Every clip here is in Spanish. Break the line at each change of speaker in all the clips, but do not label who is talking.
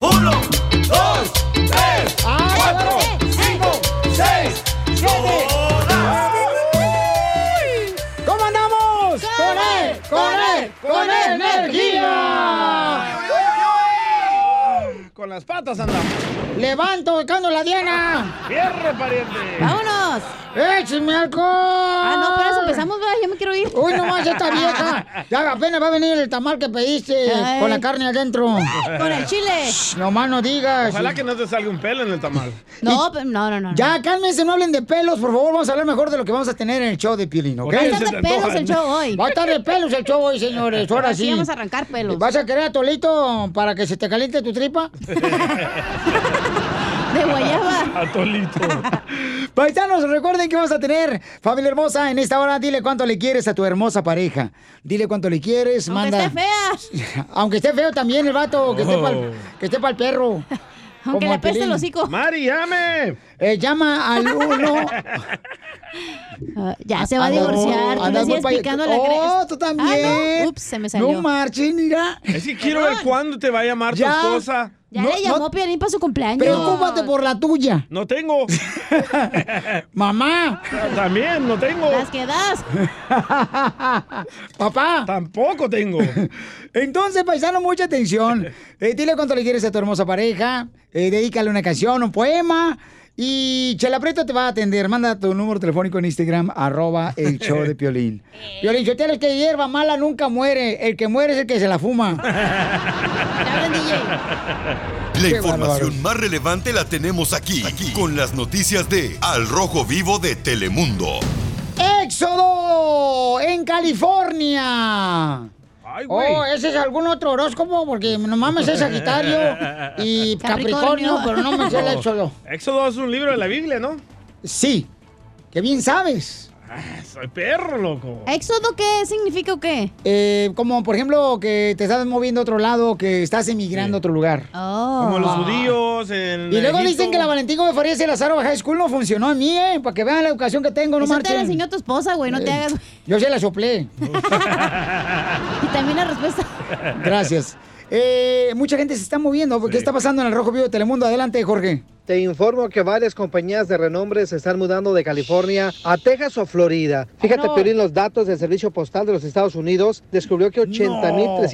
Ah,
Con las patas andamos.
¡Levanto, buscando la Diana!
¡Cierre, pariente!
¡Vámonos! ¡Échame alcohol! Ah,
no, pero eso empezamos, ¿verdad? Ya me quiero ir.
Uy, nomás esta vieja. Ya apenas va a venir el tamal que pediste
Ay.
con la carne adentro.
Con el chile.
Shh, nomás no digas.
Ojalá que no te salga un pelo en el tamal.
No, pero- no, no, no.
Ya, cálmense, no hablen de pelos, por favor. Vamos a hablar mejor de lo que vamos a tener en el show de Piolín, ¿ok?
Va a estar de Se te pelos antojan. el show
hoy.
Va a estar de pelos el show hoy, señores. Ahora
Ahora sí
sí.
vamos a arrancar pelos.
¿Vas a querer atolito para que se te caliente tu tripa?
De guayaba.
Atolito.
Paisanos, recuerden que vamos a tener, familia hermosa, en esta hora dile cuánto le quieres a tu hermosa pareja. Dile cuánto le quieres,
Aunque
manda.
esté fea.
Aunque esté feo también el vato, que esté
Oh.
pa'l- que esté para el perro. Como
Aunque le apeste
Piolín.
el hocico.
Mari, llame.
Eh, llama al 1.
Ah, ya se va a divorciar. Tú me sigues picando la
Oh,
cresta.
tú también.
Ah, no. Ups, se me salió.
No marchen, mira.
Es que quiero ver cuándo te va a llamar tu
Ya.
esposa.
ya
no,
le llamó
no-
Piolín para su cumpleaños.
Preocúpate por la tuya.
No tengo.
Mamá.
También no tengo.
Las que das.
Papá.
Tampoco tengo.
Entonces, paisano, mucha atención. Eh, dile cuánto le quieres a tu hermosa pareja. eh, dedícale una canción, un poema. Y Chela Prieto te va a atender. Manda tu número telefónico en Instagram, arroba el show de Piolín. Piolín, yo te lo que hierba mala nunca muere. El que muere es el que se la fuma.
Ya hablan, DJ.
La
Qué
información más relevante la tenemos aquí, aquí, con las noticias de Al Rojo Vivo de Telemundo.
¡Éxodo! ¡En California!
Ay, güey.
Oh, ese es algún otro horóscopo, porque nomás me sé Sagitario y
Capricornio.
Capricornio, pero no me sé el éxodo.
Éxodo es un libro de la Biblia, ¿no?
Sí, que bien sabes.
Ah, Soy perro, loco.
¿Éxodo qué significa o qué?
Eh, como por ejemplo que te estás moviendo a otro lado, que estás emigrando a otro lugar.
Oh.
Como los judíos Ah. en
Y luego
Egipto.
dicen que la Valentín Gómez Farías y la Saro High School no funcionó a mí, ¿eh? Para que vean la educación que tengo, no
Eso te la
marchen. Eh,
enseñó tu esposa, güey. No te hagas.
Yo se la soplé.
Y también la respuesta.
Gracias. Eh, mucha gente se está moviendo. ¿Qué está pasando en el Rojo Vivo de Telemundo? Adelante, Jorge.
Te informo que varias compañías de renombre se están mudando de California a Texas o Florida.
Ah,
Fíjate,
Vámonos.
Piolín, los datos del Servicio Postal de los Estados Unidos descubrió que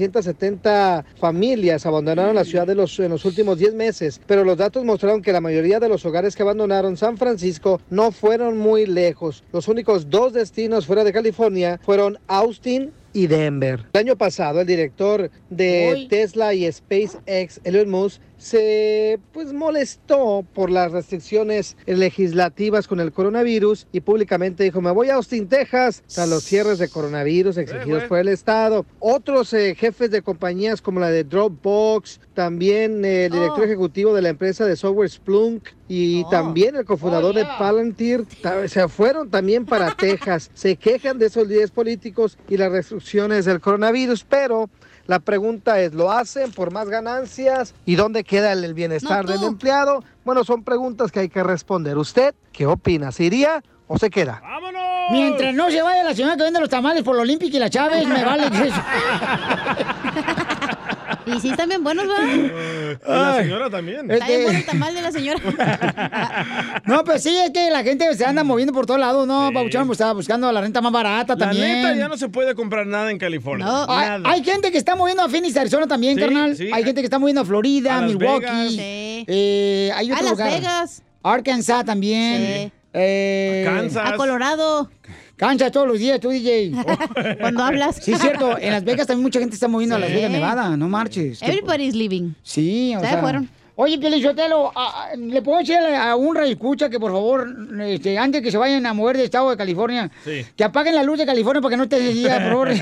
80.370 familias abandonaron la ciudad de los, en los últimos 10 meses, pero los datos mostraron que la mayoría de los hogares que abandonaron San Francisco no fueron muy lejos. Los únicos dos destinos fuera de California fueron Austin y Denver. El año pasado, el director de
Uy.
Tesla y SpaceX, Elon Musk, se pues molestó por las restricciones legislativas con el coronavirus y públicamente dijo, me voy a Austin, Texas, tras los cierres de coronavirus exigidos
güey.
por el Estado. Otros eh, jefes de compañías como la de Dropbox, también eh, el director
Oh.
ejecutivo de la empresa de software Splunk y
Oh.
también el cofundador
Oh, yeah.
de Palantir ta- se fueron también para Texas. Se quejan de esos líderes políticos y las restricciones del coronavirus, pero la pregunta es, ¿lo hacen por más ganancias? ¿Y dónde queda el, el bienestar
No, tú.
del empleado? Bueno, son preguntas que hay que responder. ¿Usted qué opina? ¿Se iría o se queda?
¡Vámonos!
Mientras no se vaya la señora que vende los tamales por la Olímpica y la Chávez, me vale que eso.
Y sí, están bien buenos, ¿verdad?
Y la
Ay.
señora también.
Eh.
Está bien bueno el tamal de la señora.
No, pues sí, es que la gente se anda moviendo por todos lados, ¿no?
Sí.
Pabuchón, pues estaba buscando la renta más barata
La
también.
neta ya no se puede comprar nada en California.
No.
Hay-
Nada.
Hay gente que está moviendo a Phoenix, Arizona también,
Sí,
carnal.
sí.
hay gente que está moviendo a Florida,
A Las
Milwaukee.
Vegas.
Sí.
eh, hay
A
otro
Las
lugar.
Vegas,
Arkansas también.
Sí.
eh,
Kansas.
a Colorado,
Kansas todos los días, tú, DJ.
cuando hablas.
Sí, es cierto. En Las Vegas también mucha gente está moviendo a Las
Sí.
Vegas, Nevada. No marches. Que-
Everybody's living.
Sí, o
Se
sea.
fueron.
Oye, Pielichotelo, ¿le puedo decir a a un radioescucha que por favor, este, antes que se vayan a mover de estado de California,
Sí.
que apaguen la luz de California para que no te diga, por favor?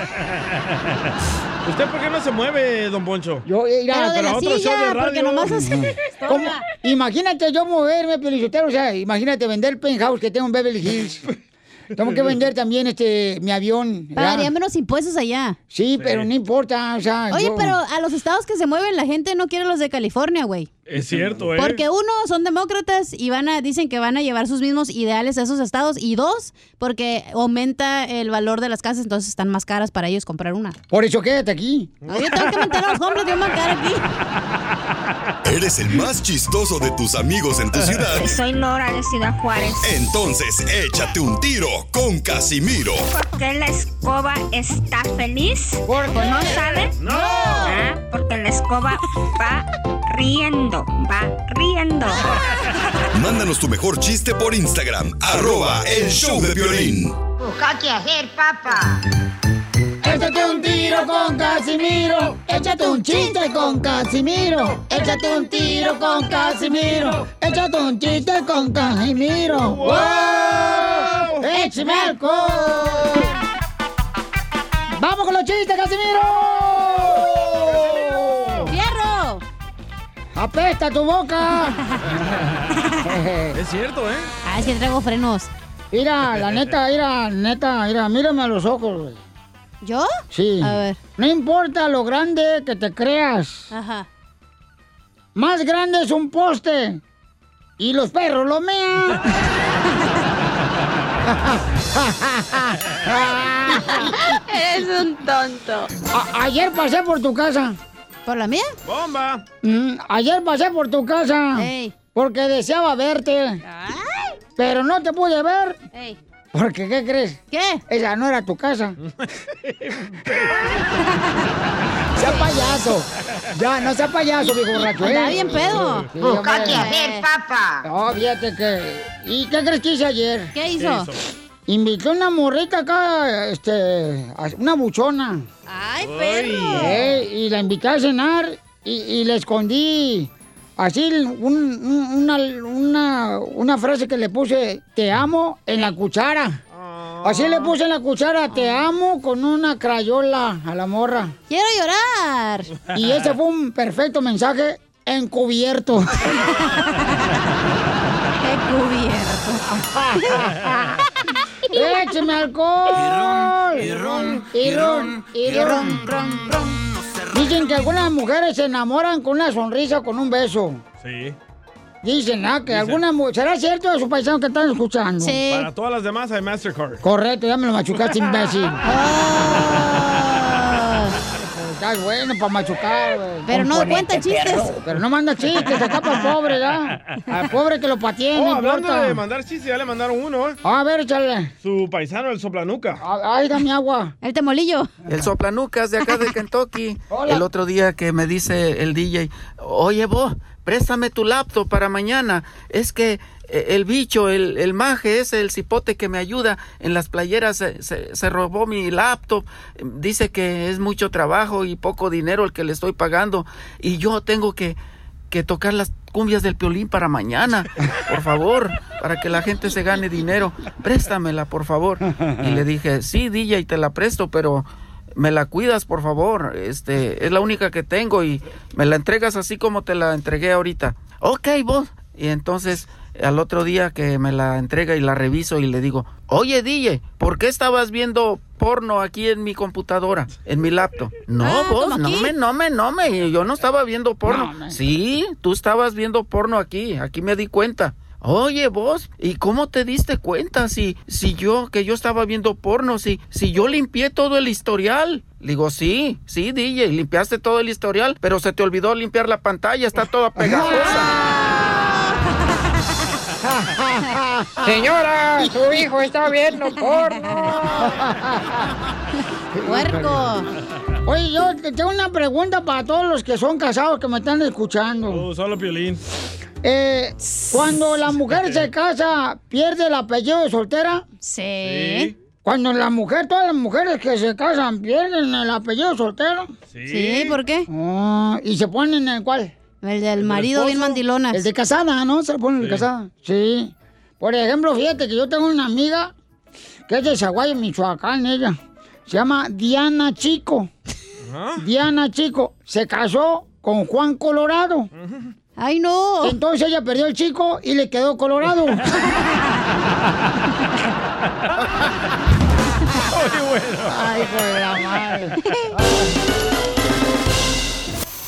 ¿Usted por qué no se mueve, don Poncho?
Yo, eh, mira,
Pero de
para
la
otro show de
silla,
radio.
porque nomás hace.
¿Cómo? Imagínate yo moverme, Pielichotelo, o sea, imagínate vender el penthouse que tengo en Beverly Hills. Tengo que vender también este mi avión. ¿ya?
Pagarían menos impuestos allá.
Sí, pero no importa, o sea.
Oye,
yo-
pero a los estados que se mueven la gente no quiere los de California, güey.
Es cierto, ¿eh?
Porque uno, son demócratas y van a, dicen que van a llevar sus mismos ideales a esos estados. Y dos, porque aumenta el valor de las casas, entonces están más caras para ellos comprar una.
Por eso quédate aquí.
No, Ah, yo tengo que mentar a los hombres, yo me voy a quedar aquí.
Eres el más chistoso de tus amigos en tu ciudad.
Soy Nora de Ciudad Juárez.
Entonces échate un tiro con Casimiro.
¿Por qué la escoba está feliz?
¿Por
¿O no saben?
¡No!
Ah, porque la escoba va riendo, va riendo.
Mándanos tu mejor chiste por Instagram, arroba el show de violín.
Busca qué hacer, papá.
Échate un tiro con Casimiro. Échate un chiste con Casimiro. Échate un tiro con Casimiro. Échate un chiste con Casimiro. ¡Wow! ¡Échame alcohol! ¡Vamos con los chistes, Casimiro!
¡Fierro!
¡Apesta tu boca!
Es cierto, ¿eh?
Ah, es que traigo frenos.
Mira, la neta, mira, neta, mira, mírame a los ojos, güey.
¿Yo?
Sí.
A ver.
No importa lo grande que te creas.
Ajá.
Más grande es un poste. Y los perros lo mean.
Eres un tonto.
A- ayer pasé por tu casa.
¿Por la mía?
¡Bomba!
Mm, ayer pasé por tu casa.
Ey.
Porque deseaba verte. Pero no te pude ver.
Ey.
Porque, ¿qué crees?
¿Qué?
Esa no era tu casa. sea payaso. Ya, no sea payaso, viejo borracho. ¿eh?
Andaba bien pedo.
Sí,
Busca qué
hombre.
hacer, papá.
No, fíjate que. ¿Y qué crees que hice ayer?
¿Qué
¿Qué
hizo?
hizo?
Invité una morrita acá, este, a- una buchona.
¡Ay,
Ay.
perro!
¿eh? Y la invité a cenar y, y le escondí así un- un- una, una, una frase que le puse, te amo, en la cuchara. Así le puse en la cuchara, te amo, con una crayola a la morra.
¡Quiero llorar!
Y ese fue un perfecto mensaje encubierto.
¡Qué cubierto!
¡Écheme alcohol! Y ron, y ron, y ron, Dicen que algunas mujeres se enamoran con una sonrisa o con un beso.
Sí.
Dicen, ah, que algunas mujeres... ¿Será cierto de su paisano que están escuchando?
Sí.
Para todas las demás hay Mastercard.
Correcto, ya me lo machucaste, imbécil.
Ah.
Estás bueno para machucar, güey.
Pero no cuenta chistes.
Pero no manda chistes acá para el pobre, ¿ya? Al pobre que lo pateen,
Oh,
no
hablando de
importa.
mandar chistes, ya le mandaron uno, ¿eh?
A ver, échale.
Su paisano, el soplanuca.
A- Ay, dame agua.
El temolillo.
El soplanucas de acá de Kentucky.
Hola.
El otro día que me dice el DJ, oye vos, préstame tu laptop para mañana. Es que eh, el bicho, el, el maje ese, el cipote que me ayuda en las playeras, se, se- se robó mi laptop. Dice que es mucho trabajo y poco dinero el que le estoy pagando. Y yo tengo que, que tocar las cumbias del piolín para mañana, por favor, para que la gente se gane dinero. Préstamela, por favor. Y le dije, sí, DJ, te la presto, pero me la cuidas, por favor. Este, es la única que tengo y me la entregas así como te la entregué ahorita. Ok, vos. Y entonces al otro día que me la entrega y la reviso y le digo, oye DJ, ¿por qué estabas viendo porno aquí en mi computadora, en mi laptop? No,
Ah,
vos,
como
no
aquí.
me, no me, no me, yo no estaba viendo porno. sí, tú estabas viendo porno aquí, aquí me di cuenta. Oye vos, ¿y cómo te diste cuenta si, si yo, que yo estaba viendo porno, si, si yo limpié todo el historial? Le Digo, sí, sí, DJ, limpiaste todo el historial, pero se te olvidó limpiar la pantalla, está toda
Ah.
pegajosa.
Señora, su hijo está viendo porno.
¡Puerco!
Oye, yo te- tengo una pregunta para todos los que son casados que me están escuchando.
Oh, solo piolín.
Eh, cuando la mujer se casa, ¿pierde el apellido de soltera?
Sí.
Cuando la mujer, todas las mujeres que se casan, pierden el apellido de soltero.
Sí.
Sí, ¿por qué?
Ah, y se ponen el cuál?
El del marido bien mandilona.
El de casada, ¿no? Se ponen el
Sí.
casada. Sí. Por ejemplo, fíjate que yo tengo una amiga que es de Zaguayo, Michoacán, ella. Se llama Diana Chico.
Ajá.
Diana Chico se casó con Juan Colorado.
¡Ay, no!
Entonces ella perdió el chico y le quedó colorado.
Muy bueno.
Ay, hijo de la madre.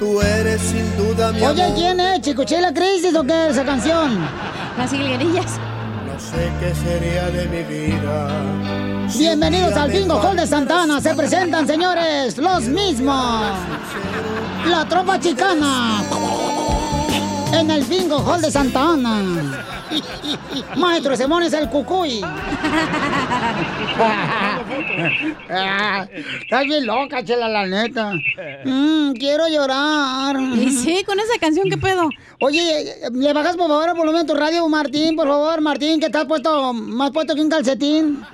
Tú eres sin duda mi
Oye,
amor.
¿quién es? ¿Chicochela Crisis o qué es esa canción? Las hilguerillas.
No sé qué sería de mi vida. si un
Bienvenidos
día
al
me
Bingo Hall de Santana. Se presentan, señores, los mismos. La tropa chicana. En el Bingo Hall de Santana. Maestro Simón es el cucuy. Ah, Estás bien loca, chela, la neta. Mm, quiero llorar.
Y sí,
con esa canción, ¿qué pedo? Oye, ¿le bajas por favor el volumen a tu radio, Martín? Por favor, Martín, que estás puesto más puesto que un calcetín.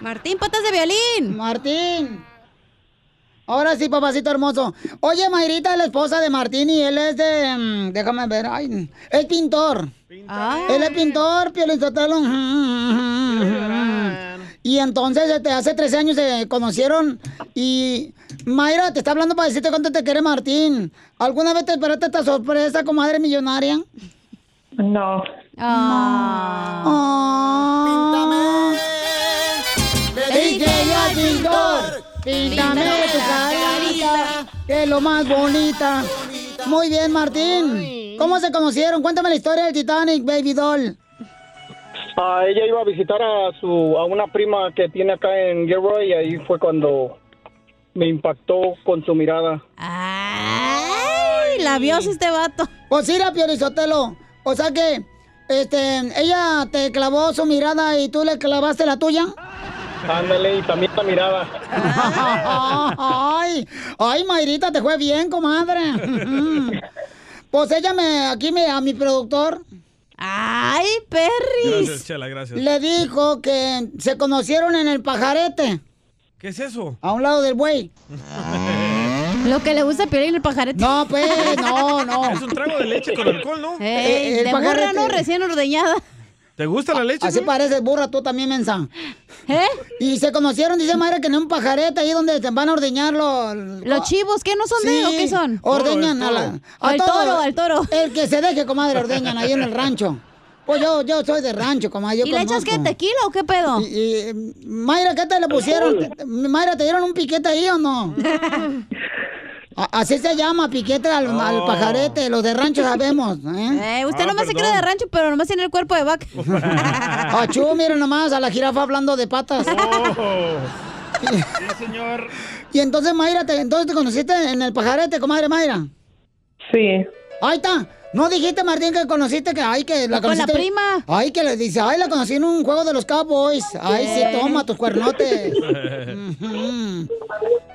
Martín, patas de violín. Martín. Ahora sí, papacito hermoso. Oye, Mayrita es la esposa de Martín y él es de... mm, déjame ver. Ay, es pintor. Él es pintor, Piolín Sotelo. Y entonces, este, hace 13 años se conocieron y Mayra te está hablando para decirte cuánto te quiere Martín. ¿Alguna vez te esperaste esta sorpresa, comadre millonaria? No. Ah. Le dije al pintor, píntame tu carita, que es lo más bonita. Muy bien, Martín. ¿Cómo se conocieron? Cuéntame la historia del Titanic, baby doll.
Ah, ella iba a visitar a su a una prima que tiene acá en Gilroy y ahí fue cuando me impactó con su mirada.
¡Ay! La vio este vato. Pues mira, Piorizotelo. O sea que, este, ella te clavó su mirada y tú le clavaste la tuya.
Ándale, y también la mirada.
ay, ay, Mayrita, te fue bien, comadre. Pues ella me, aquí me, a mi productor. Ay,
Gracias,
Perris.
Chela, gracias.
Le dijo que se conocieron en el pajarete,
¿Qué es eso?
a un lado del buey. Lo que le gusta pedir en el pajarete. No, pues, no, no.
Es un trago de leche con alcohol, ¿no?
Eh, el
de burra,
pajarete.
¿no? Recién ordeñada.
¿Te gusta la leche?
Ah, Así
no?
pareces burra tú también, mensa. ¿Eh? Y se conocieron, dice Mayra, que en un pajarete ahí donde te van a ordeñar los...
Los chivos, ¿qué? ¿No son de
Sí,
o qué son?
Ordeñan a la... a
Al
todo.
toro, al toro.
El que se deje, comadre, ordeñan ahí en el rancho. Pues yo, yo soy de rancho, comadre, yo
¿Y le echas qué,
tequila o qué pedo? Y, y, Mayra, ¿qué te le pusieron? ¿Te- Mayra, ¿te dieron un piquete ahí o no? A- Así se llama, piquete al, al pajarete, los de rancho sabemos. ¿eh?
Eh, usted nomás se cree de rancho, pero nomás tiene el cuerpo de vaca.
Achú, miren nomás a la jirafa hablando de patas.
señor.
Y entonces, Mayra, te, entonces te conociste en el pajarete, comadre Mayra. Sí. Ahí está. No dijiste, Martín, que conociste que ay, que la
O con la
conociste.
prima.
Ay, que le dice, ay, la conocí en un juego de los Cowboys. Ay, sí, toma tus cuernotes.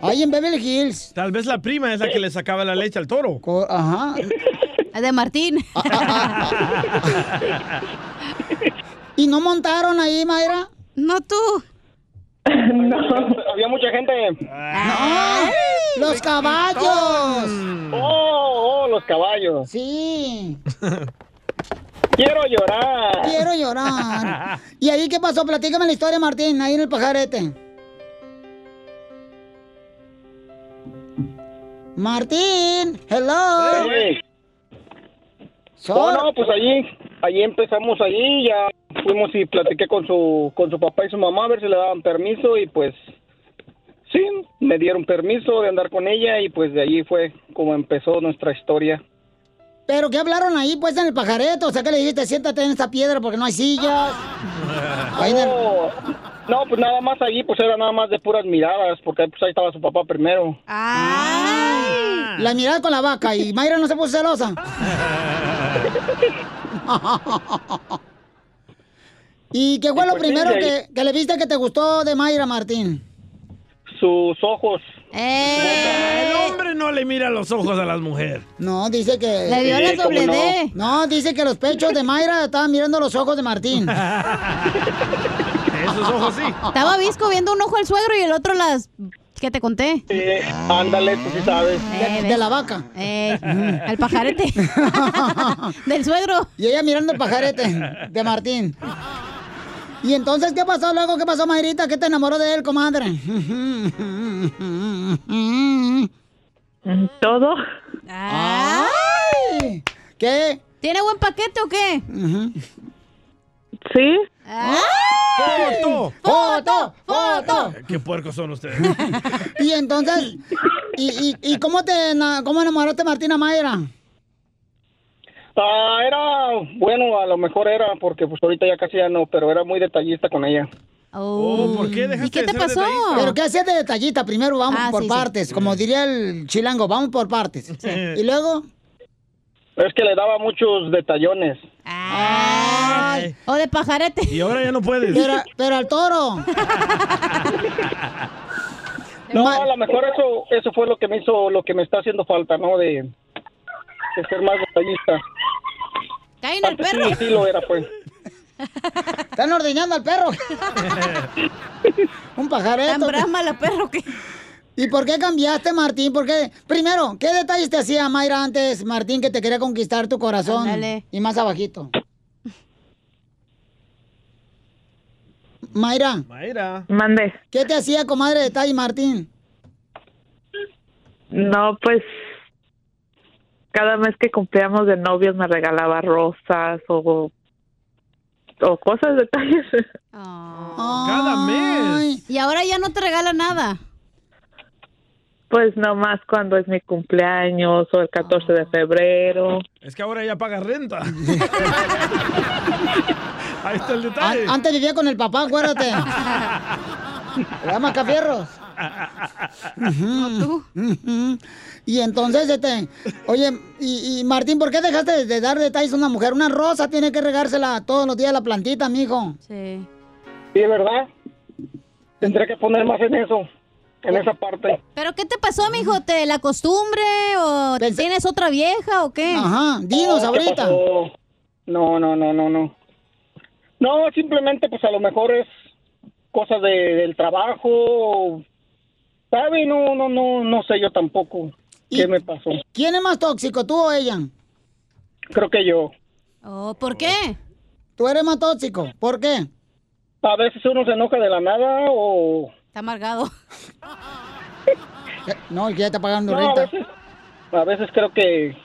Ay, en Beverly Hills.
Tal vez la prima es la que le sacaba la leche al toro.
Ajá.
De Martín.
Ah, ah. ¿Y no montaron ahí, Mayra? No tú.
Había mucha gente.
¡Los caballos!
Oh, oh, los caballos.
Sí.
Quiero llorar.
Quiero llorar. ¿Y ahí qué pasó? Platícame la historia, Martín, ahí en el pajarete. Martín, hello.
Sí.
Sol.
Oh, no, pues allí, allí empezamos allí, ya fuimos y platiqué con su, con su papá y su mamá a ver si le daban permiso y pues sí, me dieron permiso de andar con ella y pues de allí fue como empezó nuestra historia.
¿Pero qué hablaron ahí, pues, en el pajarete? O sea, que le dijiste, siéntate en esta piedra porque no hay sillas.
Oh, no, pues nada más allí, pues era nada más de puras miradas, porque pues ahí estaba su papá primero.
Ah. La mirada con la vaca y Mayra no se puso celosa. ¿Y qué fue lo
Pues sí,
primero
de ahí-
que, que le viste que te gustó de Mayra, Martín?
Sus ojos.
Eh.
El hombre no le mira los ojos a las mujeres.
No, dice que... Eh,
Le vio Sí, la ¿cómo doble no? D.
No, dice que los pechos de Mayra estaban mirando los ojos de Martín.
Esos ojos sí.
Estaba visco viendo un ojo al suegro y el otro las que te conté. Eh,
Eh, ándale, tú sí sabes.
De, de la vaca.
al pajarete.
Del suegro. Y ella mirando el pajarete de Martín. Y entonces, ¿qué pasó luego? ¿Qué pasó, Mayrita? ¿Qué te enamoró de él, comadre?
Todo.
¿Qué?
¿Tiene buen paquete o qué?
Sí.
¡Foto!
¡Foto! ¡Foto!
Qué puercos son ustedes.
Y entonces, ¿y, y, y cómo te ena- cómo enamoraste a Martina Mayra?
Ah, era, bueno, a lo mejor era, porque pues ahorita ya casi ya no, pero era muy detallista con ella.
Oh, ¿por qué dejaste de ser detallista?
¿Pero qué hacías de detallita? Primero vamos
Ah,
por
sí, sí.
partes, como diría el chilango, vamos por partes. Y luego,
Es que le daba muchos detallones.
Ay, o de pajarete.
Y ahora ya no puedes.
pero, pero al toro.
No, a lo mejor eso, eso fue lo que me hizo, lo que me está haciendo falta, ¿no? De, de ser más detallista.
Caen
el perro. Sí, sí lo era, pues.
Están ordeñando al perro. Un pajarete.
Tan brama la perro que.
¿Y por qué cambiaste, Martín? ¿Por qué? Primero, ¿qué detalles te hacía Mayra antes, Martín, que te quería conquistar tu corazón?
Ándale.
Y más abajito. Mayra.
Mayra.
Mande. ¿Qué te hacía, comadre, detalle, Martín?
No, pues cada mes que cumplíamos de novios me regalaba rosas o, o cosas detalles.
Cada mes. Y ahora ya no te regala nada.
Pues nomás cuando es mi cumpleaños o el 14 de febrero.
Es que ahora ya paga renta. Ahí está el detalle.
An- antes vivía con el papá, acuérdate. Era Macafierros. Ujú, ujú. Y entonces, este, oye, y, y, Martín, ¿por qué dejaste de- de dar detalles a una mujer? Una rosa tiene que regársela todos los días a la plantita, mijo.
Sí.
Sí, ¿verdad? Tendré que poner más en eso, en esa parte.
¿Pero qué te pasó, mijo? ¿Te la costumbre o tienes otra vieja o qué?
Ajá,
No, ¿qué pasó? No, no, no, no, no. No, simplemente pues a lo mejor es cosas de, del trabajo, ¿sabe? No, no, no, no sé yo tampoco qué me pasó.
¿Quién es más tóxico, tú o ella?
Creo que yo.
Oh, ¿Por qué?
Tú eres más tóxico. ¿Por qué?
A veces uno se enoja de la nada o...
Está amargado.
No, el que ya está pagando
No, a
renta.
veces, a veces creo que,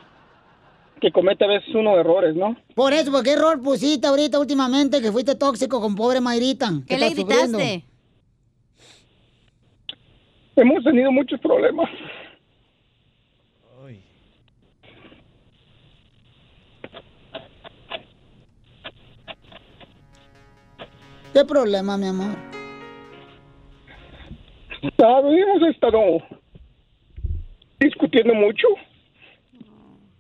que comete a veces uno errores, ¿no?
Por eso, ¿por qué error pusiste ahorita últimamente que fuiste tóxico con pobre Mayrita?
¿Qué
que
le
está sufriendo?
gritaste? Hemos tenido muchos problemas.
¿Qué problema, mi amor?
¿Sabe? Hemos estado discutiendo mucho.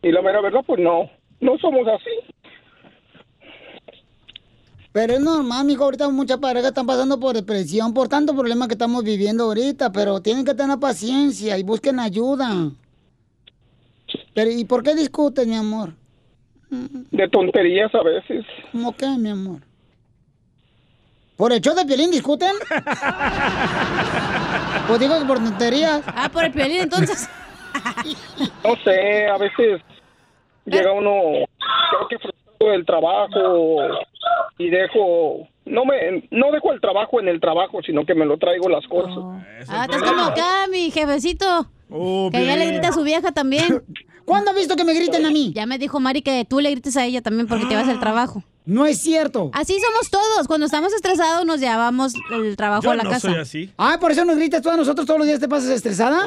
Y la mera verdad, pues no, no somos así.
Pero es normal, mijo, ahorita muchas parejas están pasando por depresión, por tanto problema que estamos viviendo ahorita, pero tienen que tener paciencia y busquen ayuda. Pero, ¿y por qué discuten, mi amor?
De tonterías a veces.
¿Cómo qué, mi amor? ¿Por el show de Piolín discuten? pues digo que por tonterías.
Ah, por el Piolín, entonces.
No sé, a veces llega uno, creo que frustrado del trabajo y dejo, no me, no dejo el trabajo en el trabajo, sino que me lo traigo las cosas.
Ah, estás como acá, mi jefecito. que ya le
Piolín.
grita a su vieja también.
¿Cuándo has visto que me griten a mí? Ah,
Ya me dijo Mari que tú le grites a ella también porque te vas al trabajo.
No es cierto.
Así somos todos. Cuando estamos estresados nos llevamos el trabajo a la casa.
así.
Ah, por eso nos gritas tú a nosotros todos los días te pasas estresada.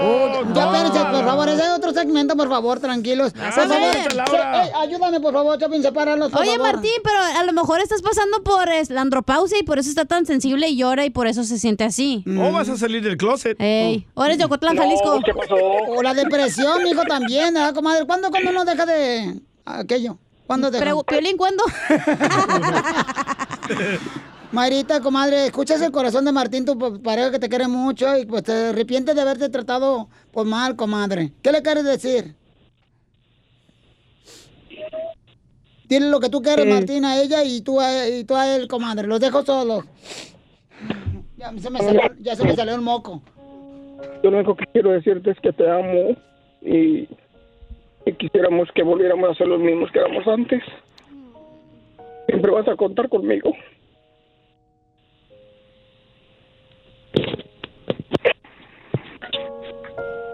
Oh, ya
no.
espérense, por favor, ese es otro segmento, por favor, tranquilos. Por
se
favor,
merece la
che,
hora.
ey, ayúdame, por favor, Chapin, separarlos, por
Oye,
favor.
Martín, pero a lo mejor estás pasando por es- la andropausia y por eso está tan sensible y llora y por eso se siente así.
Mm.
O vas a salir del closet.
Eh.
Ey, o eres de Ocotlán,
No,
Jalisco.
¿qué pasó?
O la depresión, mijo, también, ¿verdad, comadre? ¿Cuándo, cuándo uno deja de aquello? ¿Cuándo deja?
Pero, Piolín, ¿cuándo?
Mayrita, comadre, escuchas el corazón de Martín, tu p- pareja que te quiere mucho y pues te arrepientes de haberte tratado por mal, comadre. ¿Qué le quieres decir? Dile lo que tú quieres,
Eh.
Martín, a ella y tú a, y tú a él, comadre. Los dejo solos. Ya se me salió, ya se me salió el moco.
Yo lo único que quiero decirte es que te amo y, y quisiéramos que volviéramos a ser los mismos que éramos antes. Siempre vas a contar conmigo.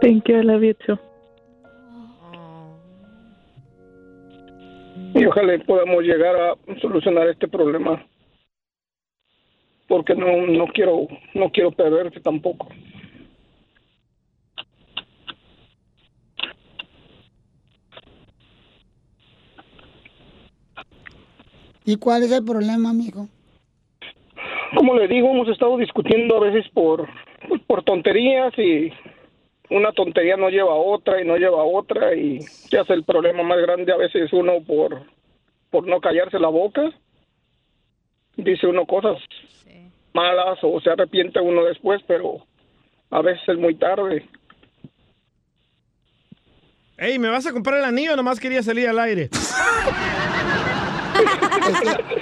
Thank you, I love you too. y ojalá y podamos llegar a solucionar este problema porque no no quiero no quiero perderte tampoco
¿Y cuál es el problema, amigo?
como le digo hemos estado discutiendo a veces por pues, por tonterías y una tontería no lleva a otra y no lleva a otra y se hace el problema más grande a veces uno por por no callarse la boca dice uno cosas malas o se arrepiente uno después pero a veces es muy tarde
Ey, ¿me vas a comprar el anillo? Nomás quería salir al aire.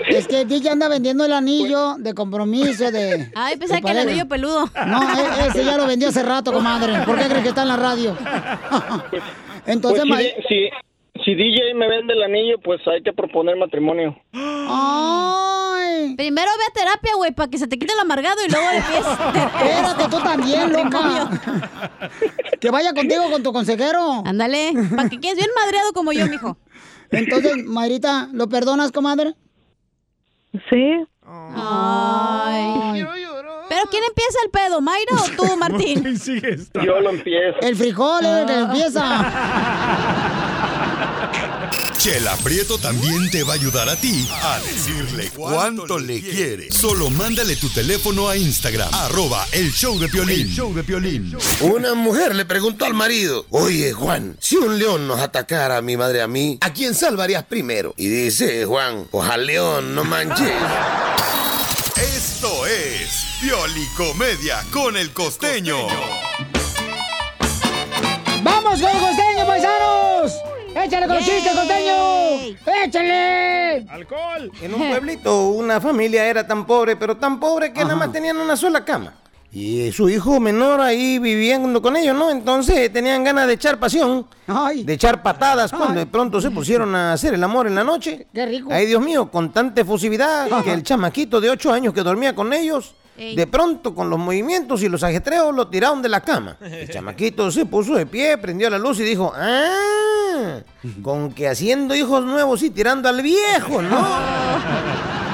Es que el DJ anda vendiendo el anillo de compromiso de.
Ay, pensaba
de
que el
pareja.
anillo peludo.
No, e- ese ya lo vendió hace rato, comadre. ¿Por qué crees que está en la radio? Entonces,
Pues,
Mari-
si, si, si DJ me vende el anillo pues hay que proponer matrimonio
Ay.
Primero ve a terapia, güey, para que se te quite el amargado y luego le pides.
Espérate, tú también, loca. que vaya contigo con tu consejero.
Ándale, para que quedes bien madreado como yo, mijo.
Entonces, Mayrita, ¿lo perdonas, comadre?
Sí.
Ay. Pero ¿quién empieza el pedo, Mayra o tú, Martín?
yo lo empiezo
El frijol es el que empieza.
Chela Prieto también te va a ayudar a ti a decirle cuánto le quiere. Solo mándale tu teléfono a Instagram, arroba el show de Piolín. show de Piolín.
Una mujer le preguntó al marido, oye Juan, si un león nos atacara a mi madre a mí, ¿a quién salvarías primero? Y dice Juan, ojalá león, no manches.
Esto es Pioli Comedia con el costeño.
¡Vamos con el costeño, paisanos! ¡Échale con chiste, costeño! ¡Échale!
¡Alcohol!
En un pueblito, una familia era tan pobre, pero tan pobre que nada más tenían una sola cama. Y su hijo menor ahí viviendo con ellos, ¿no? Entonces tenían ganas de echar pasión, de echar patadas cuando de pronto se pusieron a hacer el amor en la noche.
¡Qué rico!
Ay, Dios mío, con tanta efusividad que el chamaquito de 8 años que dormía con ellos,
Ey.
de pronto con los movimientos y los ajetreos lo tiraron de la cama. El chamaquito se puso de pie, prendió la luz y dijo, ¡ah! Con que haciendo hijos nuevos y tirando al viejo, ¿no?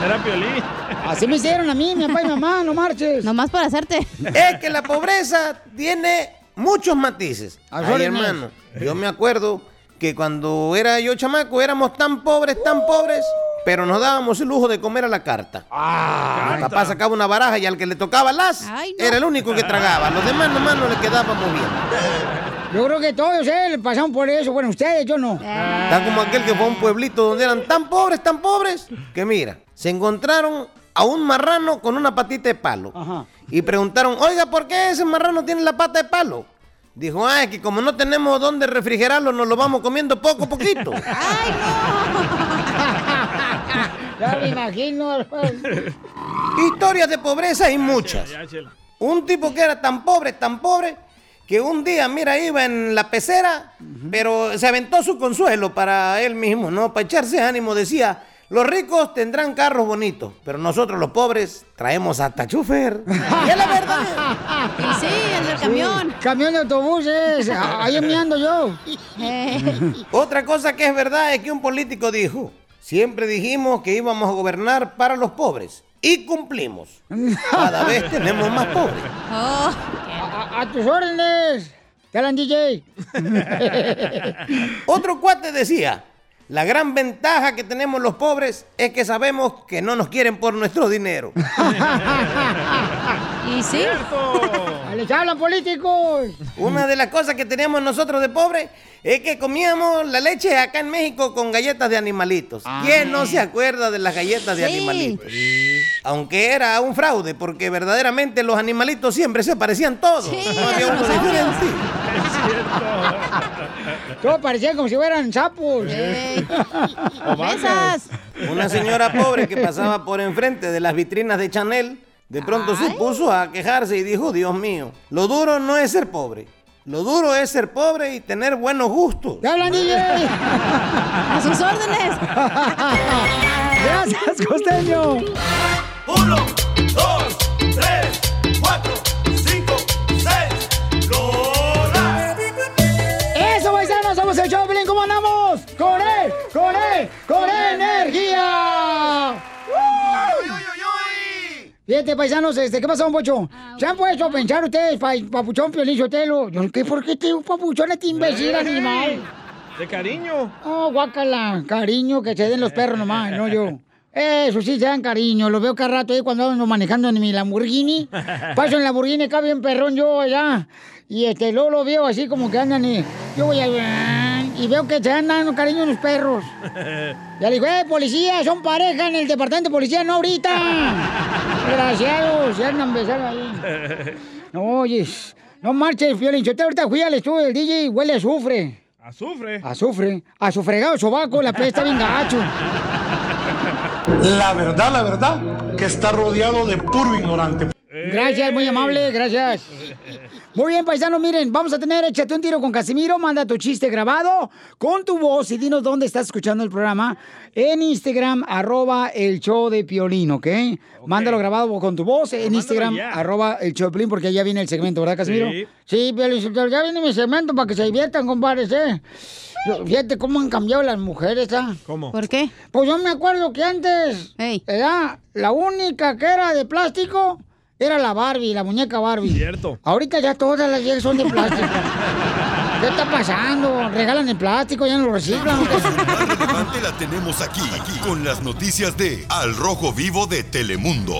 Era Piolín.
Así me hicieron a mí, mi papá y mamá, no marches.
Nomás para hacerte.
Es que la pobreza tiene muchos matices. Ay,
ver,
hermano, yo me acuerdo que cuando era yo chamaco éramos tan pobres, tan pobres, pero nos dábamos el lujo de comer a la carta. Mi Ah, papá sacaba una baraja y al que le tocaba las, era el único que tragaba. Los demás nomás no le quedábamos bien.
Yo creo que todos eh, pasaron por eso. Bueno, ustedes, yo no.
Está como aquel que fue a un pueblito donde eran tan pobres, tan pobres, que mira, se encontraron a un marrano con una patita de palo. Y preguntaron, oiga, ¿por qué ese marrano tiene la pata de palo? Dijo, ah, es que como no tenemos dónde refrigerarlo, nos lo vamos comiendo poco a poquito.
Ya me imagino.
Historias de pobreza hay muchas. Un tipo que era tan pobre, tan pobre, que un día, mira, iba en la pecera, pero se aventó su consuelo para él mismo, ¿no? Para echarse ánimo, decía, los ricos tendrán carros bonitos, pero nosotros los pobres traemos hasta chofer. Y es la verdad.
Ah,
Y sí, el del camión.
Camión de autobuses. Ah, Ahí me ando yo.
Eh.
Otra cosa que es verdad es que un político dijo, siempre dijimos que íbamos a gobernar para los pobres, y cumplimos. Cada vez tenemos más pobres.
A, a- a tus órdenes. Te hablan, DJ.
Otro cuate decía, la gran ventaja que tenemos los pobres es que sabemos que no nos quieren por nuestro dinero.
y sí.
Les hablan políticos.
Una de las cosas que teníamos nosotros de pobres es que comíamos la leche acá en México con galletas de animalitos.
Ah.
¿Quién no se acuerda de las galletas de
Sí.
animalitos? Aunque era un fraude, porque verdaderamente los animalitos siempre se parecían todos. No había uno diferente.
Todos parecían como si fueran sapos.
O vacas. Una señora pobre que pasaba por enfrente de las vitrinas de Chanel, de pronto se puso a quejarse y dijo, Dios mío, lo duro no es ser pobre. Lo duro es ser pobre y tener buenos gustos.
hablan,
¡A sus órdenes!
¡Gracias, costeño!
Uno, dos, tres, cuatro, cinco, seis,
¡Eso, paisanos! ¡Somos el Choplin! ¿Cómo andamos? E, ¡Con E él! ¡Con él! ¡Con él! Fíjate, paisanos, este, ¿qué pasó, don Pocho? ¿Se han puesto a pensar ustedes, pa- papuchón, piolín, Sotelo? Yo, ¿qué, ¿Por qué te digo papuchón este imbécil animal?
De cariño.
Oh, guácala, cariño, que se den los perros nomás, no yo. Eso sí, se dan cariño. Los veo cada rato ahí cuando ando manejando en mi Lamborghini. Paso en Lamborghini, acá bien perrón yo allá. Y este, luego lo veo así como que andan y... Yo voy a... Y veo que se andan cariño los perros. Ya le digo, eh, policía, son pareja en el departamento de policía, no ahorita. Desgraciados, se andan besando ahí. No, oyes. No marches, Piolín. Yo te ahorita fui al estudio del DJ y huele a azufre.
Azufre.
Azufre. A su fregado sobaco, la pesta bien gacho.
La verdad, la verdad, que está rodeado de puro ignorante.
Gracias, muy amable, gracias. Muy bien, paisanos, miren, vamos a tener Échate un tiro con Casimiro, manda tu chiste grabado con tu voz y dinos dónde estás escuchando el programa en Instagram, arroba el show de Piolín, ¿ok? Mándalo grabado con tu voz en Instagram,
ya.
arroba el show de Piolín, porque ya viene el segmento, ¿verdad, Casimiro?
Sí.
Sí, Piolín, Sotelo, ya viene mi segmento para que se diviertan, compadres, ¿eh? Yo- Fíjate cómo han cambiado las mujeres, ¿ah?
¿Cómo?
¿Por qué? Pues yo me acuerdo que antes era la única que era de plástico era la Barbie, la muñeca Barbie. Cierto. Ahorita ya todas las viejas son de plástico. ¿Qué está pasando? Regalan el plástico, ya no lo reciclan.
Relevante la tenemos aquí, aquí, con las noticias de Al Rojo Vivo de Telemundo.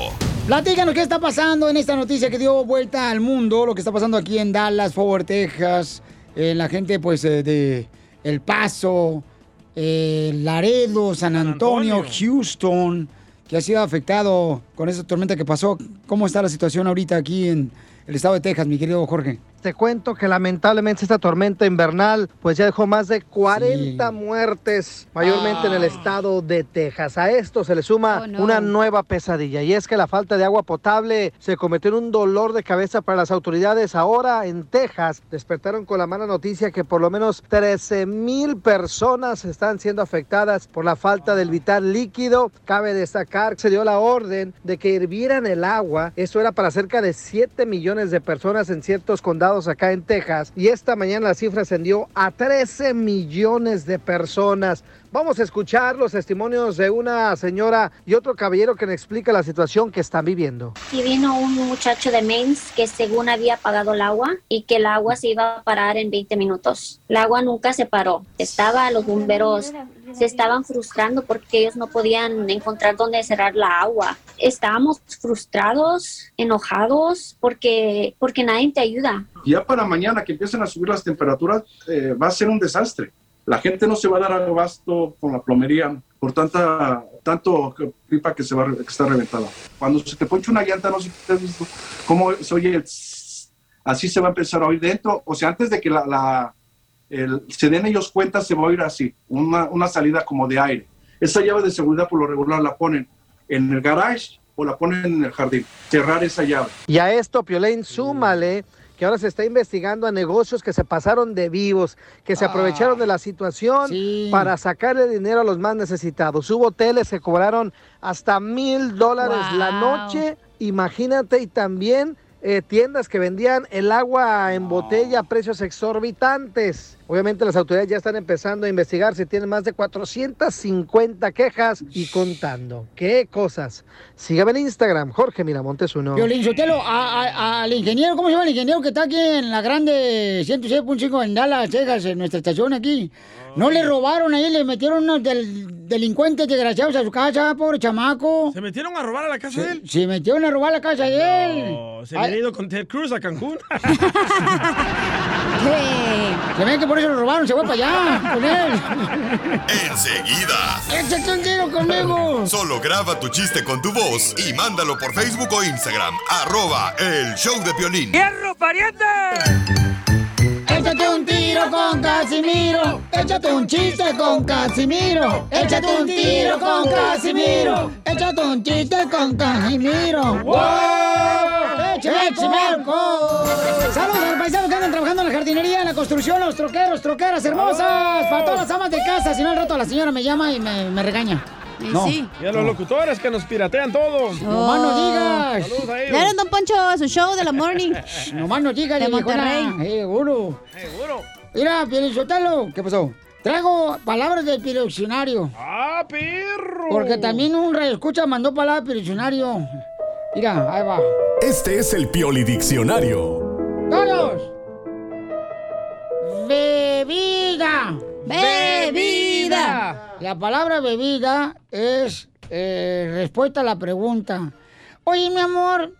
Platícanos qué está pasando en esta noticia que dio vuelta al mundo, lo que está pasando aquí en Dallas, Fort Worth, Texas, eh, la gente pues eh, de El Paso, eh, Laredo, San Antonio, Houston, que ha sido afectado con esa tormenta que pasó. ¿Cómo está la situación ahorita aquí en el estado de Texas, mi querido Jorge?
Te cuento que lamentablemente esta tormenta invernal pues ya dejó más de 40 muertes, mayormente en el estado de Texas. A esto se le suma una nueva pesadilla y es que la falta de agua potable se convirtió en un dolor de cabeza para las autoridades. Ahora en Texas despertaron con la mala noticia que por lo menos 13 mil personas están siendo afectadas por la falta del vital líquido. Cabe destacar que se dio la orden de que hirvieran el agua. Esto era para cerca de 7 millones de personas en ciertos condados acá en Texas. Y esta mañana la cifra ascendió a 13 millones de personas. Vamos a escuchar los testimonios de una señora y otro caballero que nos explica la situación que están viviendo.
Y vino un muchacho de Mainz que según había apagado el agua y que el agua se iba a parar en 20 minutos. El agua nunca se paró. Estaba los bomberos se estaban frustrando porque ellos no podían encontrar dónde cerrar la agua. Estábamos frustrados, enojados porque porque nadie te ayuda.
ya para mañana que empiecen a subir las temperaturas eh, va a ser un desastre. La gente no se va a dar abasto con la plomería por tanta tanto que- pipa que se va a re- que está reventada. Cuando se te ponche una llanta, no sé si te has visto cómo se oye el tss, así se va a empezar a oír dentro. O sea, antes de que la, la- el- se den ellos cuenta, se va a oír así, una, una salida como de aire. Esa llave de seguridad por lo regular la ponen en el garage o la ponen en el jardín. Cerrar esa llave.
Y a esto, Piolín, súmale que ahora se está investigando a negocios que se pasaron de vivos, que se aprovecharon de la situación para sacarle dinero a los más necesitados. Hubo hoteles que cobraron hasta mil dólares la noche, imagínate, y también eh, tiendas que vendían el agua en botella a precios exorbitantes. Obviamente las autoridades ya están empezando a investigar si tienen más de 450 quejas y contando. ¿Qué cosas? Sígame en Instagram, Jorge Miramontes uno.
Violín Sotelo, ah, a- a- al ingeniero, ¿cómo se llama el ingeniero que está aquí en la grande 106.5 en Dallas, Texas, en nuestra estación aquí? ¿No le robaron ahí? ¿Le metieron unos del- delincuentes desgraciados a su casa, pobre chamaco?
¿Se metieron a robar a la casa de él?
Se metieron a robar la casa de él.
No, se hubiera
Ay.
ido con Ted Cruz a Cancún.
Se ve que por eso lo robaron, se fue para allá con él.
Enseguida.
¡Échate un tiro conmigo!
Solo graba tu chiste con tu voz y mándalo por Facebook o Instagram. Arroba el show de Piolín.
pariente!
Échate un tiro con Casimiro. Échate un chiste con Casimiro. Échate un tiro con Casimiro. Échate un chiste con Casimiro.
¡Wow!
¡Échame échame alcohol! Saludos a los paisanos que andan trabajando en la jardinería, en la construcción, los troqueros, troqueras hermosas. Para todas las amas de casa, si no al rato la señora me llama y me, me regaña.
Y a los locutores que nos piratean todo.
Nomás no digas.
Saludos a
Claro,
ellos.
don Poncho, a su show de la morning.
Nomás no digas,
De
viejona.
Monterrey.
Seguro. Mira, Pielichotelo. ¿Qué pasó? Traigo palabras del diccionario.
¡Ah, perro!
Porque también un reescucha mandó palabras del diccionario. Mira, ahí va.
Este es el Pioli Diccionario.
¡Todos! Bebida.
Bebida.
La palabra bebida es eh, respuesta a la pregunta. Oye, mi amor,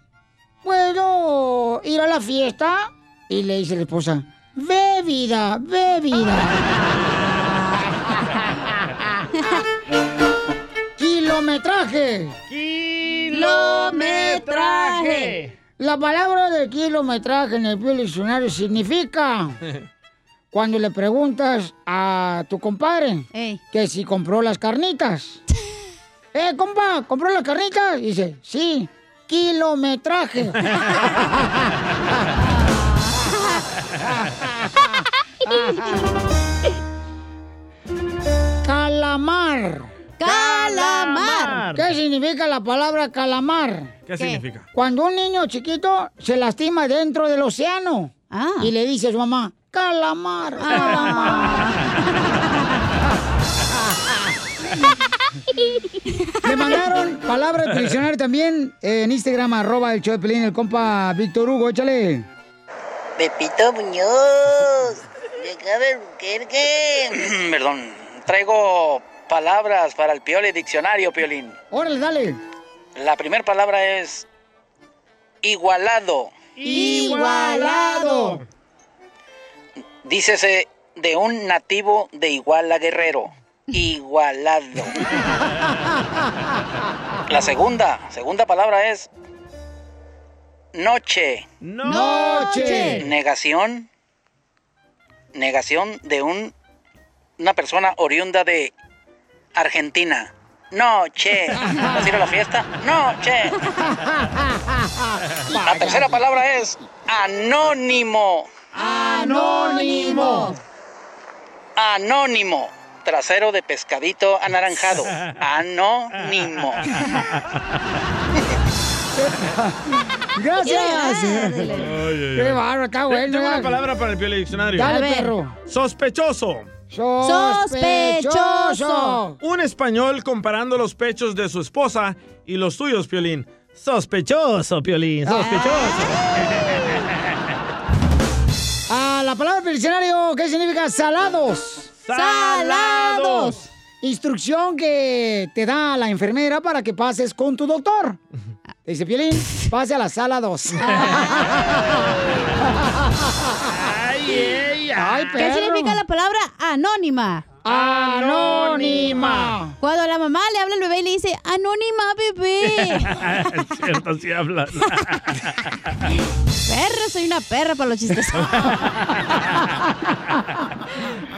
¿puedo ir a la fiesta? Y le dice la esposa, bebida, bebida. Kilometraje.
Kilometraje.
La palabra de kilometraje en el Biblia diccionario significa cuando le preguntas a tu compadre que si compró las carnitas. eh, compa, ¿compró las carnitas? Dice, sí, kilometraje. Calamar.
Calamar.
¿Qué significa la palabra calamar?
¿Qué significa?
Cuando un niño chiquito se lastima dentro del océano
Ah.
y le dice a su mamá, calamar, Me mandaron palabras del diccionario también eh, en Instagram, arroba el show de Pelín, el compa Víctor Hugo, échale.
Pepito Muñoz, de acá de Albuquerque.
Perdón, traigo palabras para el Pioli Diccionario, Piolín.
Órale, dale.
La primera palabra es igualado.
Igualado.
Dícese de un nativo de Iguala Guerrero. Igualado. La segunda, segunda palabra es noche.
Noche.
Negación. Negación de un una persona oriunda de Argentina. Noche. ¿Vas a ir a la fiesta? Noche. La tercera palabra es anónimo.
Anónimo.
Anónimo. Trasero de pescadito anaranjado. Anónimo.
Gracias. Qué bárbaro, está
Te-
bueno.
Tengo
ya.
una palabra para el Pioli Diccionario.
Dale, A ver. perro.
Sospechoso.
Sospechoso.
Un español comparando los pechos de su esposa y los tuyos, Piolín. Sospechoso, Piolín, sospechoso.
Ah, la palabra del diccionario, ¿qué significa? Salados. Salados. Instrucción que te da la enfermera para que pases con tu doctor. Te dice, Piolín, pase a la sala 2.
Ay,
¿Qué significa la palabra anónima?
Anónima.
Cuando la mamá le habla al bebé y le dice, anónima, bebé.
es cierto, sí hablas.
perra, soy una perra para los chistes.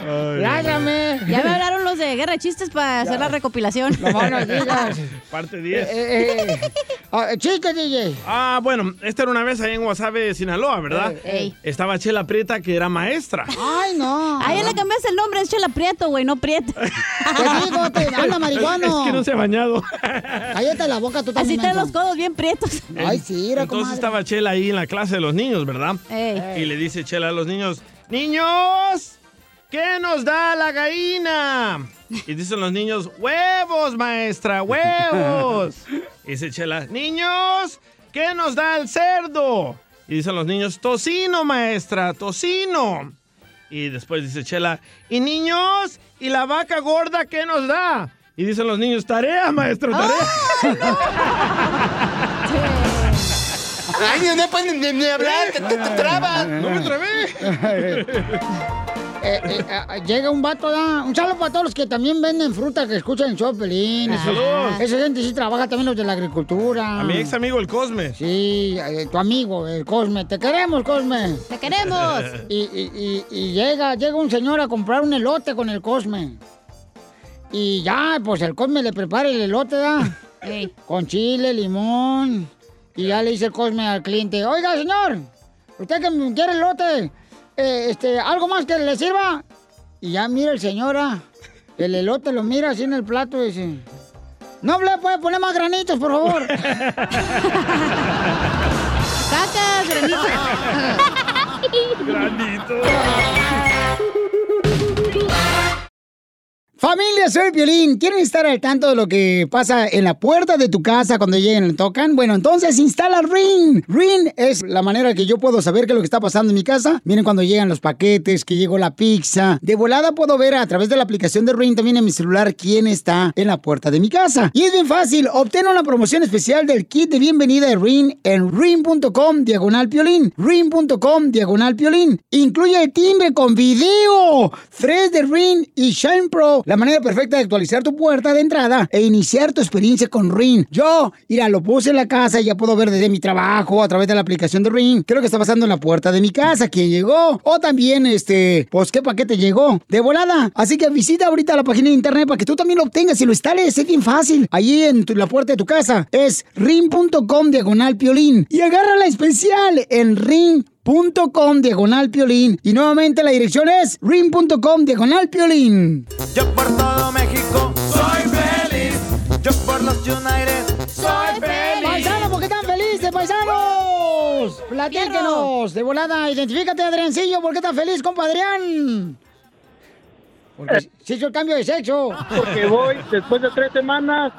Lágame.
Ya me hablaron los de Guerra de Chistes para hacer la recopilación.
no digas. Parte 10.
eh, chiste, DJ.
Ah, bueno, esta era una vez ahí en Guasave, Sinaloa, ¿verdad?
Eh,
Ey.
Estaba Chela Prieta, que era maestra.
Ay, no.
Ahí le cambias el nombre, es Chela Prieto, güey, no Prieto.
Te digo, te- anda, marihuano.
Es que no se ha bañado.
Cállate la boca tú
Así
también.
traen los codos bien prietos.
Ay, sí, era
Entonces
comadre.
estaba Chela ahí en la clase de los niños, ¿verdad?
Ey.
Y le dice Chela a los niños, niños, ¿qué nos da la gallina? Y dicen los niños, huevos, maestra, huevos. Y dice Chela, niños, ¿qué nos da el cerdo? Y dicen los niños, tocino, maestra, tocino. Y después dice Chela, ¿y niños? ¿Y la vaca gorda qué nos da? Y dicen los niños, tarea, maestro, tarea.
Ay, no pueden ni, hablar, te, trabas.
No me trabé.
Eh, eh, ah, llega un vato, da. Un saludo para todos los que también venden frutas que escuchan el show, Pelín.
Ajá. Saludos.
Esa gente sí trabaja también los de la agricultura.
A mi ex amigo el Cosme.
Sí, eh, tu amigo, el Cosme. Te queremos, Cosme.
Te
queremos.
Y, y- y- y llega, llega un señor a comprar un elote con el Cosme. Y ya, pues el Cosme le prepara el elote, ¿da? Con chile, limón. Y ya le dice el Cosme al cliente, oiga, señor, usted que me quiere elote, eh, este, ¿algo más que le sirva? Y ya mira el señor, ah, el elote lo mira así en el plato y dice, no le puede poner más granitos, por favor.
Cacas,
granitos. Granitos.
Familia, soy Violín. ¿Quieren estar al tanto de lo que pasa en la puerta de tu casa cuando lleguen y tocan? Bueno, entonces instala Ring. Ring es la manera que yo puedo saber qué es lo que está pasando en mi casa. Miren cuando llegan los paquetes, que llegó la pizza. De volada puedo ver a través de la aplicación de Ring también en mi celular quién está en la puerta de mi casa. Y es bien fácil. Obtén una promoción especial del kit de bienvenida de Ring en ring.com diagonal piolín. Ring.com diagonal piolín. Incluye el timbre con video. 3 de Ring y Shine Pro. La manera perfecta de actualizar tu puerta de entrada e iniciar tu experiencia con Ring. Yo, mira, lo puse en la casa y ya puedo ver desde mi trabajo a través de la aplicación de Ring. Creo que está pasando en la puerta de mi casa, quién llegó. O también, este, pues qué paquete llegó. De volada. Así que visita ahorita la página de internet para que tú también lo obtengas y lo instales. Es bien fácil. Allí en tu- la puerta de tu casa es ring.com diagonal piolín. Y agarra la especial en ring.com diagonal piolín. Y nuevamente la dirección es ring.com diagonal piolín.
Yo por todo México soy feliz. Yo por los United soy feliz.
¡Paisanos, por qué están felices, paisanos! Platíquenos, de volada, identifícate, Adriancillo, ¿por qué estás feliz, compadrián? Porque se hizo el cambio de sexo.
Porque voy, después de tres semanas,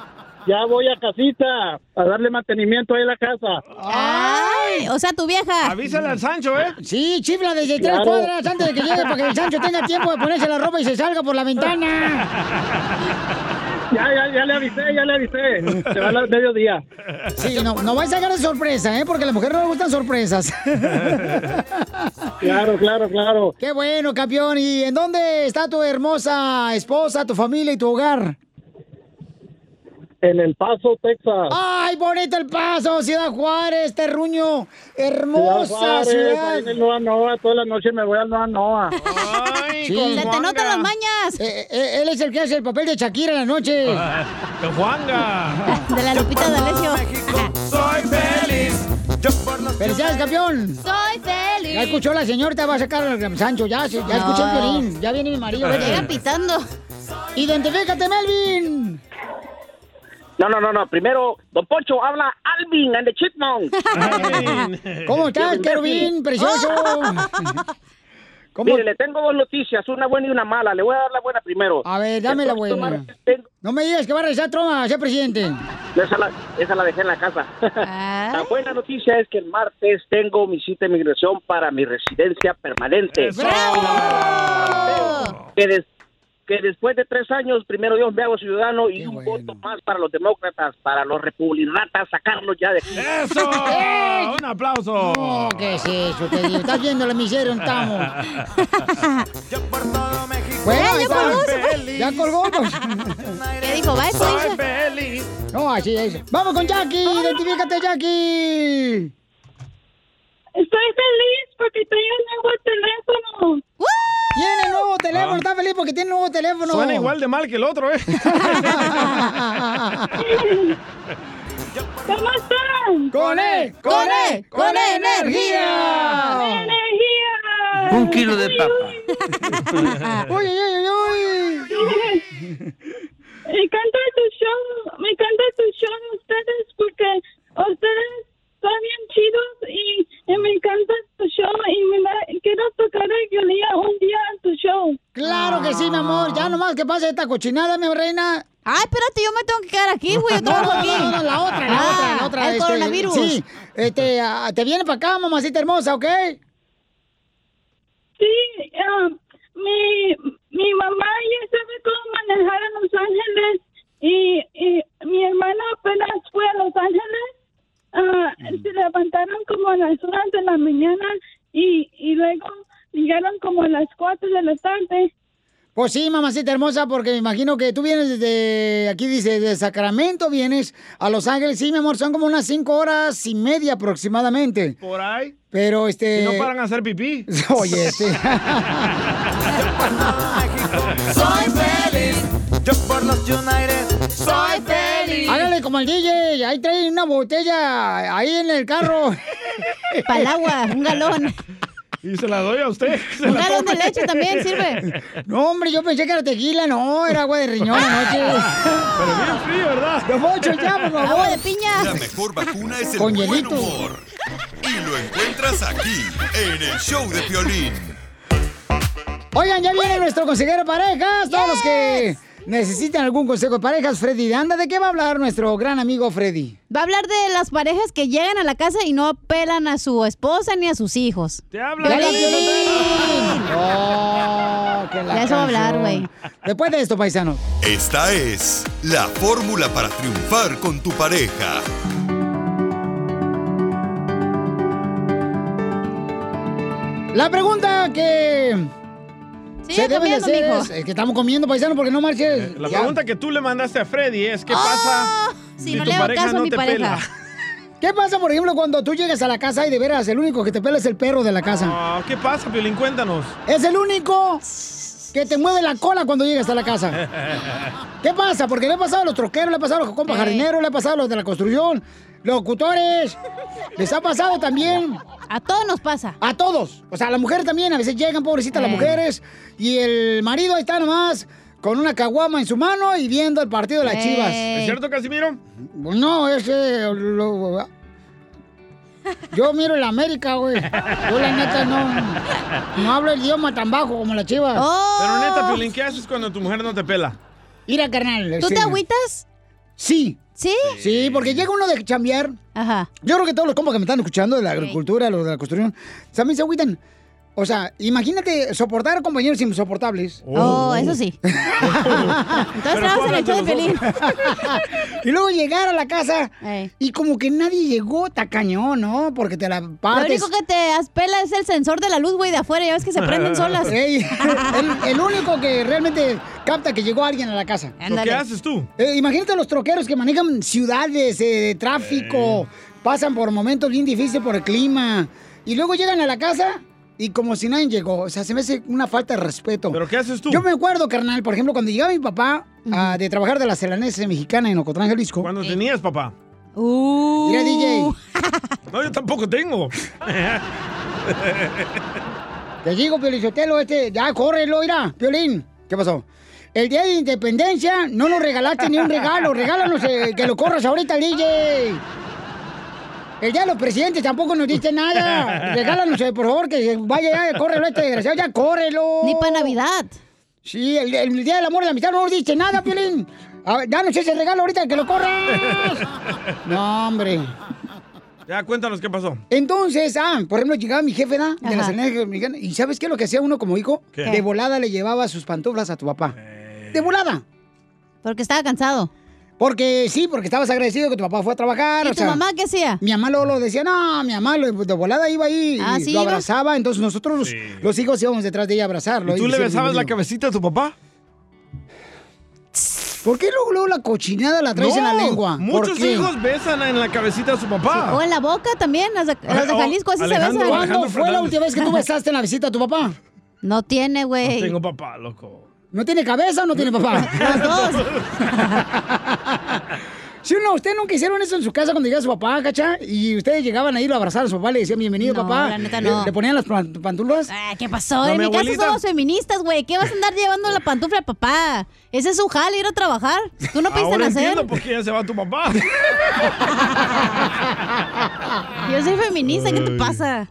ya voy a casita a darle mantenimiento ahí a la casa.
Ay, o sea, tu vieja.
Avísale al
Sancho, ¿eh?
Sí, chifla desde
Claro.
tres cuadras antes de que llegue para que el Sancho tenga tiempo de ponerse la ropa y se salga por la ventana.
Ya, ya, ya le avisé, ya le avisé. Se va al mediodía.
Sí, no, no vais a sacar de sorpresa, ¿eh? Porque a la mujer no le gustan sorpresas.
Claro, claro, claro.
Qué bueno, campeón. ¿Y en dónde está tu hermosa esposa, tu familia y tu hogar?
En El Paso, Texas.
¡Ay, bonito el paso! Ciudad Juárez, Terruño. Hermosa
Ciudad Juárez,
ciudad.
ahí en el Noa Noa, toda la noche me voy al Noa Noa.
Sí.
con Se te notan
las mañas. Eh, él es el que hace el papel de Shakira en la noche.
¡De Juanga!
De la Lupita D'Alessio.
Soy feliz.
¡Felicidades, campeón!
Soy feliz.
Ya escuchó la señorita, va a sacar al Sancho. Ya, se- ya escuché el
No.
violín. Ya viene mi marido.
Llega
pitando. ¡Identifícate, Melvin!
No, no, no, no. Primero, Don Poncho habla Alvin and the Chipmunk.
¿Cómo estás, querubín? ¡Precioso!
Mire, le tengo dos noticias, una buena y una mala. Le voy a dar la buena primero.
A ver, dame la buena. No me digas que va a regresar Trump a ser presidente.
Esa la, esa la dejé en la casa. La buena noticia es que el martes tengo mi cita de migración para mi residencia permanente. Que, des- que después de tres años, primero Dios me hago ciudadano y un voto más para los demócratas, para los republicanos, sacarlos ya de aquí.
¡Eso! ¡Un aplauso!
No, ¿qué es eso? Te digo, estás viendo la miseria, estamos. Bueno,
Ya,
ahí
ya
está.
colgó, se fue.
Ya colgó. pues.
¿Qué dijo? ¿Va eso,
Soy
dice?
feliz.
No, así es. Vamos con Jackie. Identifícate, Jackie.
Estoy feliz porque tengo un nuevo teléfono.
Tiene nuevo teléfono. Está feliz porque tiene nuevo teléfono.
Ah. Suena igual de mal que el otro, ¿eh?
Ah,
¿Cómo están?
¡Con él! ¡Con
E,
él! ¡Con E, energía!
¡Con energía!
Un kilo de papa.
¡Uy, uy, uy, uy!
Me encanta tu show. Me encanta tu show de ustedes porque ustedes son bien chidos y, y me encanta tu show y me da- quiero tocar el violín un día en tu show.
Claro que sí, mi amor. Ya nomás que pase esta cochinada, mi reina. Ah. Ay, espérate, yo me tengo que quedar aquí, güey.
yo trabajo aquí.
No, no, no, la otra, la
Ah,
otra, la otra.
el coronavirus.
Sí, este, ah, te viene para acá, mamacita hermosa, ¿ok?
Sí, ah, mi, mi mamá ya sabe cómo manejar en Los Ángeles y, y mi hermana apenas fue a Los Ángeles. ah, Se levantaron como a las horas de la mañana y, y luego llegaron como a las cuatro de la tarde.
Pues sí, mamacita hermosa, porque me imagino que tú vienes desde, aquí dice, de Sacramento, vienes a Los Ángeles. Sí, mi amor, son como unas cinco horas y media aproximadamente.
Por ahí.
Pero este...
Si no paran a hacer pipí.
Oye, este...
Soy feliz. Yo por los United soy feliz.
Hágale como el DJ, ahí trae una botella ahí en el carro.
Pa'l agua, un galón.
Y se la doy a usted. Se
Un
la
galón
tome.
de leche también sirve. No, hombre, yo pensé que era tequila, no, era agua de riñón anoche. Pero bien frío, ¿verdad? Los mochos ya, por favor.
Agua de piña.
La mejor vacuna es el
Con
buen
hielito.
humor. Y lo encuentras aquí, en el show de Piolín.
Oigan, ya viene nuestro consejero de parejas, todos los que ¿Necesitan algún consejo de parejas, Freddy de Anda? ¿De qué va a hablar nuestro gran amigo Freddy?
Va a hablar de las parejas que llegan a la casa y no apelan a su esposa ni a sus hijos.
¡Te
habla, Piolín! ¡Oh, que la
De eso va a
canción.
hablar, güey.
Después de esto, paisano.
Esta es la fórmula para triunfar con tu pareja.
La pregunta que se debe de
comiendo,
hacer
mijo.
es, es que estamos comiendo, paisano, porque no marches.
Eh, La
Ya.
pregunta que tú le mandaste a Freddy es, ¿qué
Ah,
pasa
si no le hago caso a mi pareja?
¿Qué pasa, por ejemplo, cuando tú llegas a la casa y de veras el único que te pela es el perro de la casa?
Ah, ¿Qué pasa, Piolín? Cuéntanos.
Es el único que te mueve la cola cuando llegas a la casa. ¿Qué pasa? Porque le ha pasado a los troqueros, le ha pasado a los compas jardineros, le ha pasado a los de la construcción, locutores. Les ha pasado también.
A todos nos pasa.
A todos. O sea, a las mujeres también. A veces llegan, pobrecitas las
Eh.
mujeres. Y el marido ahí está nomás con una caguama en su mano y viendo el partido de
Eh.
las chivas.
¿Es cierto, Casimiro?
No, ese... lo- yo miro el América, güey. Yo la neta no, no hablo el idioma tan bajo como la chivas.
Oh,
Pero neta, Piolín, ¿qué haces cuando tu mujer no te pela?
Mira, carnal.
¿Tú te
agüitas? Sí.
¿Sí?
Sí, porque llega uno de chambear.
Ajá.
Yo creo que todos los compas que me están escuchando de la agricultura, los de la construcción, también se agüitan. O sea, imagínate soportar a compañeros insoportables.
Oh, eso sí. Entonces trabajas en el show de Pelín.
y luego llegar a la casa y como que nadie llegó, tacañón, ¿no? Porque te la
Lo
partes.
único que te aspela es el sensor de la luz, güey, de afuera. Ya ves que se prenden solas.
Ey, el, el único que realmente capta que llegó alguien a la casa.
Ándale. ¿Qué haces tú?
Eh, imagínate a los troqueros que manejan ciudades, eh, de
Eh.
tráfico, pasan por momentos bien difíciles por el clima. Y luego llegan a la casa y como si nadie llegó. O sea, se me hace una falta de respeto. ¿Pero
qué haces tú?
Yo me acuerdo, carnal, por ejemplo, cuando llegaba mi papá ah, de trabajar de la celanese mexicana en Ocotlán, Jalisco.
¿Cuándo tenías, papá?
Mira,
Uh.
DJ.
No, yo tampoco tengo.
Te digo, Piolichotelo, este, ya córrelo, mira, Piolín. ¿Qué pasó? El día de independencia no nos regalaste ni un regalo. Regálanos eh, que lo corras ahorita, DJ. El día de los presidentes tampoco nos diste nada. Regálanos, eh, por favor, que vaya ya, córrelo este desgraciado, ya córrelo. Ni para Navidad. Sí, el, el día del amor y la amistad no nos diste nada, Piolín. A ver, danos ese regalo ahorita, que lo corras. No, hombre.
ya, cuéntanos qué pasó.
Entonces, ah, por ejemplo, llegaba mi jefe, ¿da? De la
Ajá.
Serenidad Mexicana. ¿Y sabes qué es lo que hacía uno como hijo?
¿Qué? Eh.
De volada le llevaba sus pantuflas a tu papá. De volada.
Porque estaba cansado.
Porque sí, porque estabas agradecido que tu papá fue a trabajar.
¿Y
o
tu
sea,
mamá qué hacía?
Mi mamá luego lo decía, no, mi mamá lo- pues, de volada iba ahí.
Ah,
y
¿sí
lo
iba?
abrazaba. Entonces nosotros, los- los hijos, íbamos detrás de ella a abrazarlo.
¿Y tú le
decirle,
besabas la
"Bienvenido".
cabecita a tu papá?
¿Por qué luego, luego la cochinada la traes en la
No,
lengua? ¿Por
Muchos
qué?
hijos besan en la cabecita a su papá.
O en la boca también. Las de, las de
Ah, oh,
Jalisco así
Alejandro,
se besan.
Alejandro ¿Cuándo fue la Fernández. última vez que tú
besaste en la visita a tu papá?
No tiene, güey.
No tengo papá, loco.
¿No tiene cabeza o no tiene papá?
Las dos.
Si no, ¿ustedes nunca hicieron eso en su casa cuando llegaba su papá, cacha? Y ustedes llegaban a ir a abrazar a su papá, le decían bienvenido,
No,
papá.
la neta,
Le-
no.
¿Le ponían las pan- pantulas?
Ah, ¿Qué pasó?
No,
en
mi
mi, casa
abuelita.
somos feministas, güey. ¿Qué vas a andar llevando la pantufla a papá? Ese es su jale, ir a trabajar. Tú no piensas
Ahora
en hacer.
entiendo por qué ya se va tu papá.
Yo soy feminista, ¿qué te pasa?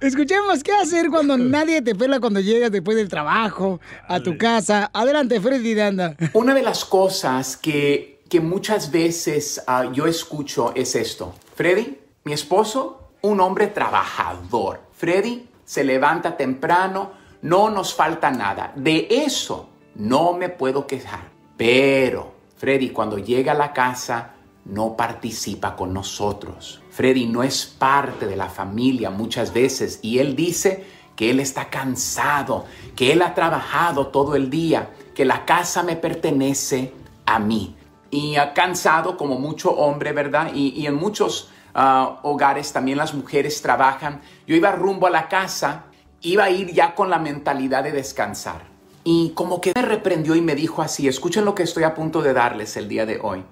Escuchemos qué hacer cuando nadie te pela cuando llegas después del trabajo, a tu casa. Adelante, Freddy Danda.
Una de las cosas que, que muchas veces ah, yo escucho es esto. Freddy, mi esposo, un hombre trabajador. Freddy se levanta temprano, no nos falta nada. De eso no me puedo quejar. Pero Freddy cuando llega a la casa no participa con nosotros. Freddy no es parte de la familia muchas veces y él dice que él está cansado, que él ha trabajado todo el día, que la casa me pertenece a mí. Y ah, cansado como mucho hombre, ¿verdad? Y, y en muchos ah, hogares también las mujeres trabajan. Yo iba rumbo a la casa, iba a ir ya con la mentalidad de descansar. Y como que me reprendió y me dijo así, escuchen lo que estoy a punto de darles el día de hoy.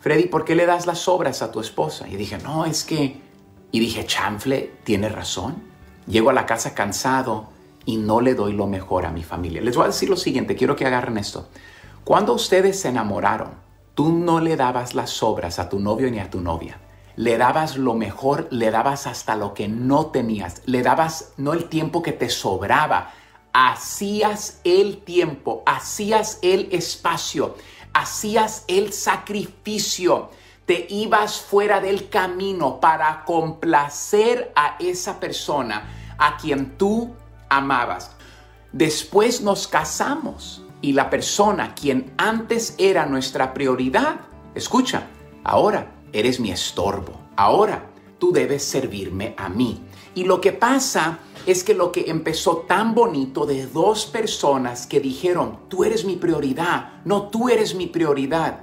Freddy, ¿por qué le das las obras a tu esposa? Y dije, no, es que... Y dije, chanfle, tiene razón. Llego a la casa cansado y no le doy lo mejor a mi familia. Les voy a decir lo siguiente, quiero que agarren esto. Cuando ustedes se enamoraron, tú no le dabas las obras a tu novio ni a tu novia. Le dabas lo mejor, le dabas hasta lo que no tenías, le dabas no el tiempo que te sobraba, hacías el tiempo, hacías el espacio, hacías el sacrificio, te ibas fuera del camino para complacer a esa persona a quien tú amabas. Después nos casamos y la persona quien antes era nuestra prioridad, escucha, ahora eres mi estorbo, ahora tú debes servirme a mí. Y lo que pasa es que lo que empezó tan bonito de dos personas que dijeron, tú eres mi prioridad, no tú eres mi prioridad.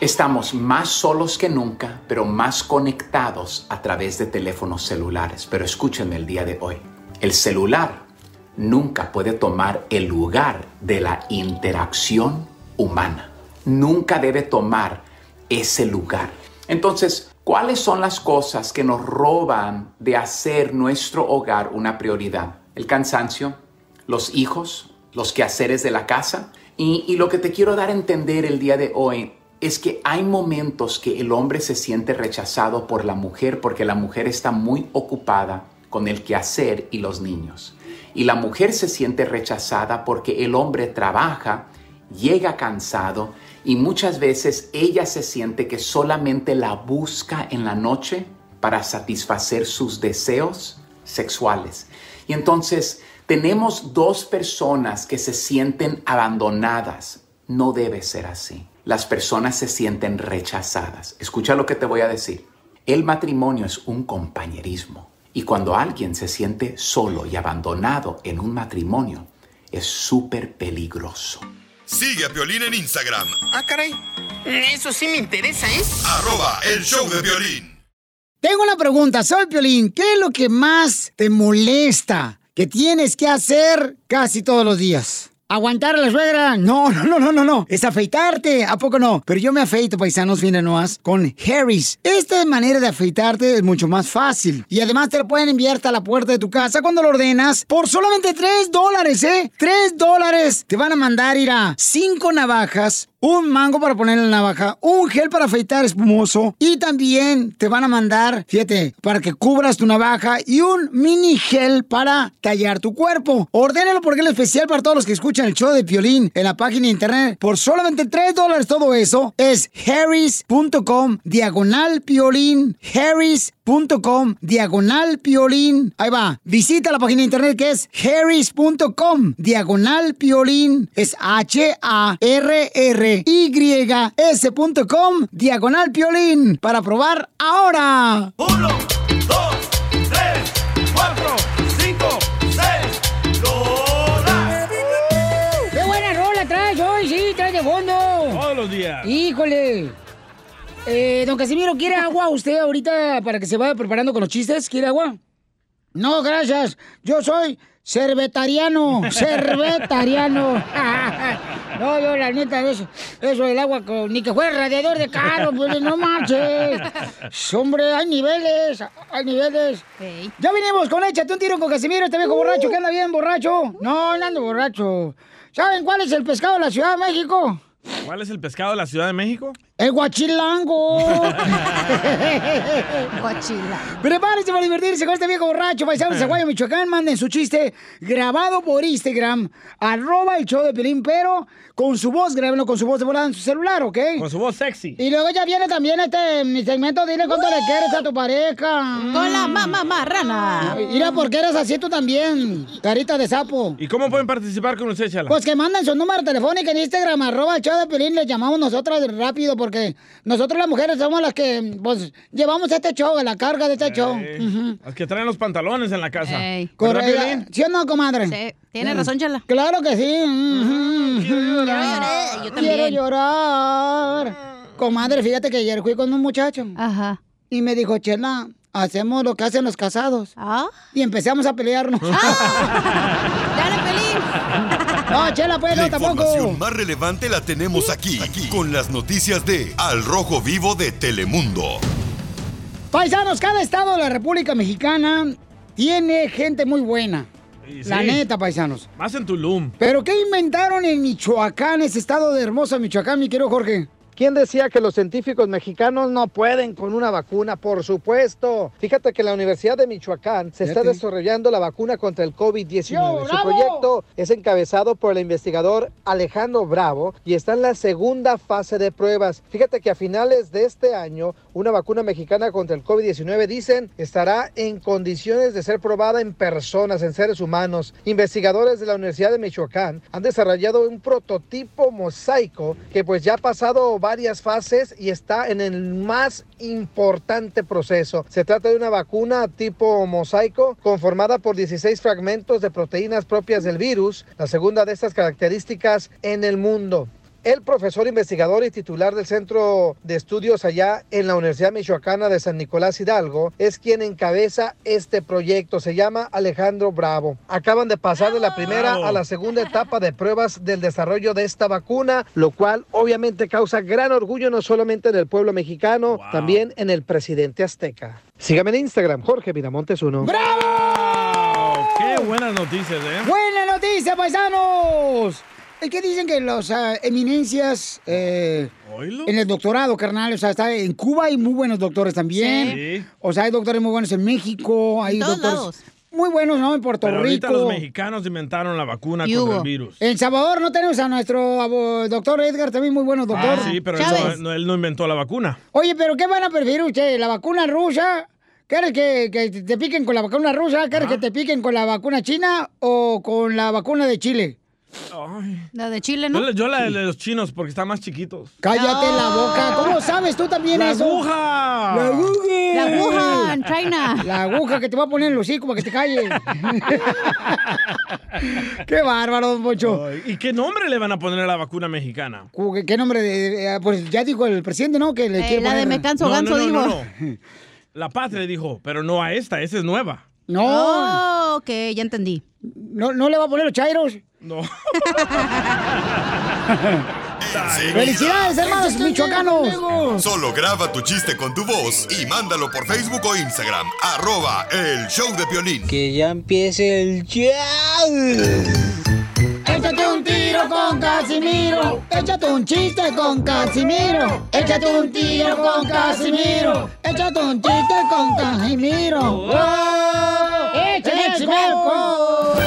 Estamos más solos que nunca, pero más conectados a través de teléfonos celulares. Pero escúchenme el día de hoy. El celular nunca puede tomar el lugar de la interacción humana. Nunca debe tomar ese lugar. Entonces, ¿cuáles son las cosas que nos roban de hacer nuestro hogar una prioridad? El cansancio, los hijos, los quehaceres de la casa. Y, y lo que te quiero dar a entender el día de hoy es que hay momentos que el hombre se siente rechazado por la mujer porque la mujer está muy ocupada con el quehacer y los niños. Y la mujer se siente rechazada porque el hombre trabaja, llega cansado y muchas veces ella se siente que solamente la busca en la noche para satisfacer sus deseos sexuales. Y entonces tenemos dos personas que se sienten abandonadas. No debe ser así. Las personas se sienten rechazadas. Escucha lo que te voy a decir. El matrimonio es un compañerismo. Y cuando alguien se siente solo y abandonado en un matrimonio, es súper peligroso.
Sigue a Piolín en Instagram.
Ah, caray. Eso sí me interesa, ¿eh?
Arroba el show de violín.
Tengo una pregunta, soy Piolín. ¿Qué es lo que más te molesta que tienes que hacer casi todos los días? ¿Aguantar a la suegra? No, no, no, no, no, no. Es afeitarte. ¿A poco no? Pero yo me afeito, paisanos, miren nomás, con Harris. Esta manera de afeitarte es mucho más fácil. Y además te lo pueden enviar hasta la puerta de tu casa cuando lo ordenas por solamente 3 dólares, ¿eh? 3 dólares. Te van a mandar ir a 5 navajas, un mango para poner en la navaja, un gel para afeitar espumoso y también te van a mandar, fíjate, para que cubras tu navaja y un mini gel para tallar tu cuerpo. Ordénalo porque es especial para todos los que escuchan el show de Piolín en la página de internet por solamente 3 dólares todo eso. Es harris.com diagonal piolín, harris.com diagonal piolín. Ahí va, visita la página de internet que es harris.com diagonal piolín, es H-A-R-R rys.com diagonal piolín para probar ahora.
Uno, dos, tres, cuatro, cinco, seis, dólares.
¡Qué buena rola traes hoy! Sí, traes de fondo.
Todos los días.
Híjole. Eh, don Casimiro, ¿quiere agua usted ahorita para que se vaya preparando con los chistes? ¿Quiere agua? No, gracias. Yo soy cervetariano. Cervetariano. No, yo la neta, eso, eso del agua, con- ni que fuera radiador de caro, pues no marches. Hombre, hay niveles, hay niveles. Ya venimos con Échate un tiro con Casimiro, este viejo borracho que anda bien borracho. No, no ando borracho. ¿Saben cuál es el pescado de la Ciudad de México?
¿Cuál es el pescado de la Ciudad de México?
El guachilango. Prepárense para divertirse con este viejo borracho, paisanos de Zaguayo, Michoacán. Manden su chiste grabado por Instagram, arroba el show de Pelín, pero con su voz, grábenlo con su voz de volada en su celular, ¿ok? Con
su voz Oh, sexy.
Y luego ya viene también este mi segmento, dile cuánto le quieres a tu pareja.
Mm. Con la mamá marrana.
Mira, porque eres así tú también, carita de sapo.
¿Y cómo pueden participar con usted, Chala?
Pues que manden su número telefónico en Instagram, arroba el show de Pelín, les llamamos nosotras rápido porque nosotros las mujeres somos las que pues llevamos este show, la carga de este show. Ujú.
Las que traen los pantalones en la casa. Pues, ¿Verdad,
Correcto.
Piolín?
¿Sí o no, comadre?
Sí, tiene razón,
Chela. Claro que sí. Ujú.
llorar, yo también.
Quiero llorar. Comadre, fíjate que ayer fui con un muchacho. Ajá. Y me dijo, Chela, hacemos lo que hacen los casados. Ah. Y empezamos a pelearnos.
Ah.
No, Chela, pues
La
no, tampoco.
información más relevante la tenemos aquí, aquí, con las noticias de Al Rojo Vivo de Telemundo.
Paisanos, cada estado de la República Mexicana tiene gente muy buena.
Sí,
La
sí.
neta, paisanos.
Más en Tulum.
¿Pero qué inventaron en Michoacán, ese estado de hermosa Michoacán, mi querido Jorge?
¿Quién decía que los científicos mexicanos no pueden con una vacuna? Por supuesto. Fíjate que en la Universidad de Michoacán se está
Fíjate.
desarrollando la vacuna contra el COVID-19. Su
bravo!
proyecto es encabezado por el investigador Alejandro Bravo y está en la segunda fase de pruebas. Fíjate que a finales de este año, una vacuna mexicana contra el COVID-19, dicen, estará en condiciones de ser probada en personas, en seres humanos. Investigadores de la Universidad de Michoacán han desarrollado un prototipo mosaico que pues ya ha pasado varias fases y está en el más importante proceso. Se trata de una vacuna tipo mosaico conformada por 16 fragmentos de proteínas propias del virus, la segunda de estas características en el mundo. El profesor investigador y titular del Centro de Estudios allá en la Universidad Michoacana de San Nicolás Hidalgo es quien encabeza este proyecto. Se llama Alejandro Bravo. Acaban de pasar de la primera a la segunda etapa de pruebas del desarrollo de esta vacuna, lo cual obviamente causa gran orgullo no solamente en el pueblo mexicano, también en el presidente azteca. Sígame en Instagram, Jorge Miramontes 1.
Qué buenas noticias, ¿eh?
¡Buena noticia, paisanos! Es que dicen que las eminencias eh, en el doctorado, carnal, o sea, está en Cuba hay muy buenos doctores también.
Sí.
O sea, hay doctores muy buenos en México, hay
todos
doctores
lados.
muy buenos, ¿no? En Puerto
Pero ahorita
Rico.
los mexicanos inventaron la vacuna
Y
contra
hubo.
el virus.
En Salvador no tenemos a nuestro abo- doctor Edgar, también muy buenos doctor.
Ah, sí, pero él
Chávez.
no, no- él no inventó la vacuna.
Oye, pero ¿qué van a preferir ustedes? ¿La vacuna rusa? ¿Quieres que, que te piquen con la vacuna rusa? ¿Quieres que te piquen con la vacuna china o con la vacuna de Chile?
La de Chile,
Yo,
¿no?
la- yo la de los chinos porque están más chiquitos.
Cállate la boca. ¿Cómo sabes tú también
La
eso?
aguja.
La aguja.
La aguja
en China.
La aguja que te va a poner en el hocico para que te calles. Qué bárbaro, don Poncho.
Ay, ¿Y qué nombre le van a poner a la vacuna mexicana?
¿Qué- ¿Qué nombre? de- eh, pues ya dijo el presidente, ¿no? Que le
Eh,
quiere poner-
No, no, no, no, no. La patria dijo, pero no a esta, esa es nueva.
No.
Oh, ok, ya entendí.
No, no le va a poner los chairos.
No.
¡Felicidades, hermanos michoacanos!
Solo graba tu chiste con tu voz y mándalo por Facebook o Instagram. Arroba el show de Piolín.
Que ya empiece el ya.
Échate un tiro con Casimiro. Échate un chiste con Casimiro. Échate un tiro con Casimiro. Échate un chiste con Casimiro. ¡Wow!
¡Échame
¡Échame
el
alcohol!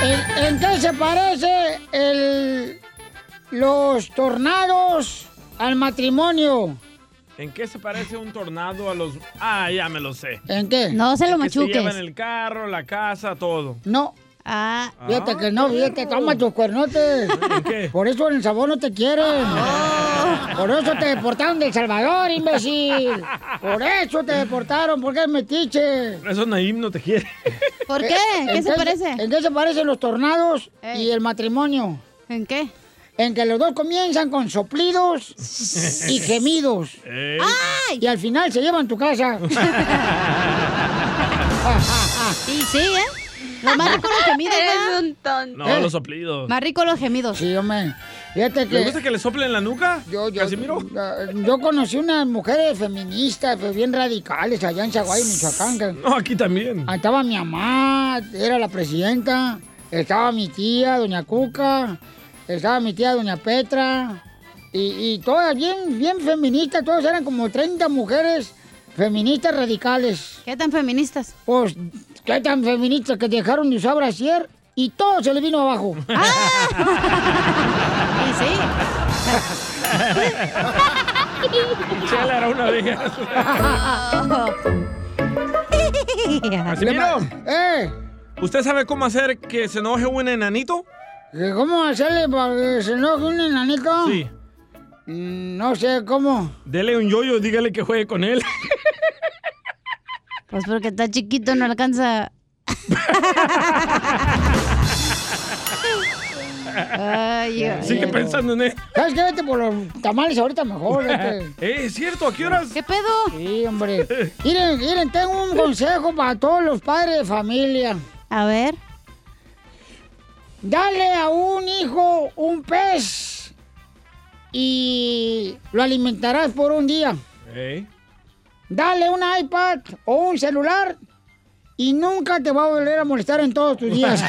¿En, en qué se parece el, los tornados al matrimonio?
¿En qué se parece un tornado a los.? Ah, ya me lo sé.
¿En qué? No se
Que Se llevan el carro, la casa, todo.
No.
Ah,
Fíjate que no, fíjate, toma tus cuernotes. Por eso en El Salvador no te quieren.
Oh.
Por eso te deportaron de El Salvador, imbécil. Por eso te deportaron, porque es metiche.
Por eso Naim no te quiere.
¿Por qué?
Eh,
¿Qué
¿en
se parece?
¿En qué se parecen los tornados y el matrimonio?
¿En qué?
En que los dos comienzan con soplidos y gemidos.
Eh.
Y al final se llevan tu casa.
y sí, ¿eh? Lo más rico los gemidos, Eres un tonto.
¿Eh?
No, los soplidos.
Más rico los gemidos.
Sí, hombre. Fíjate
¿Le gusta que le soplen la nuca?
Yo, yo,
¿Casimiro?
eh, yo conocí unas mujeres feministas, pues, bien radicales, allá en Chaguay, Michoacán. que-
No, aquí también.
Ahí estaba mi mamá, era la presidenta, estaba mi tía, doña Cuca, estaba mi tía, doña Petra, y, y todas bien, bien feministas, todas eran como 30 mujeres feministas radicales.
¿Qué tan feministas?
Pues, ¿qué tan feministas que dejaron de usar brasier y todo se le vino abajo?
Y sí.
Chela era una de ellas. Casimiro.
¡Eh!
¿Usted sabe cómo hacer que se enoje un enanito?
¿Que ¿Cómo hacerle para que se enoje un enanito?
Sí.
Mm, No sé cómo.
Dele un yoyo, dígale que juegue con él.
Pues porque está chiquito, no alcanza. Ay, ay,
Sigue
ay.
pensando en él.
¿Sabes qué? Vete por los tamales ahorita mejor. vete.
Eh, es cierto, ¿a qué horas?
¿Qué pedo?
Sí, hombre. Miren, miren, tengo un consejo para todos los padres de familia.
A ver.
Dale a un hijo un pez y lo alimentarás por un día. Dale un iPad o un celular y nunca te va a volver a molestar en todos tus días.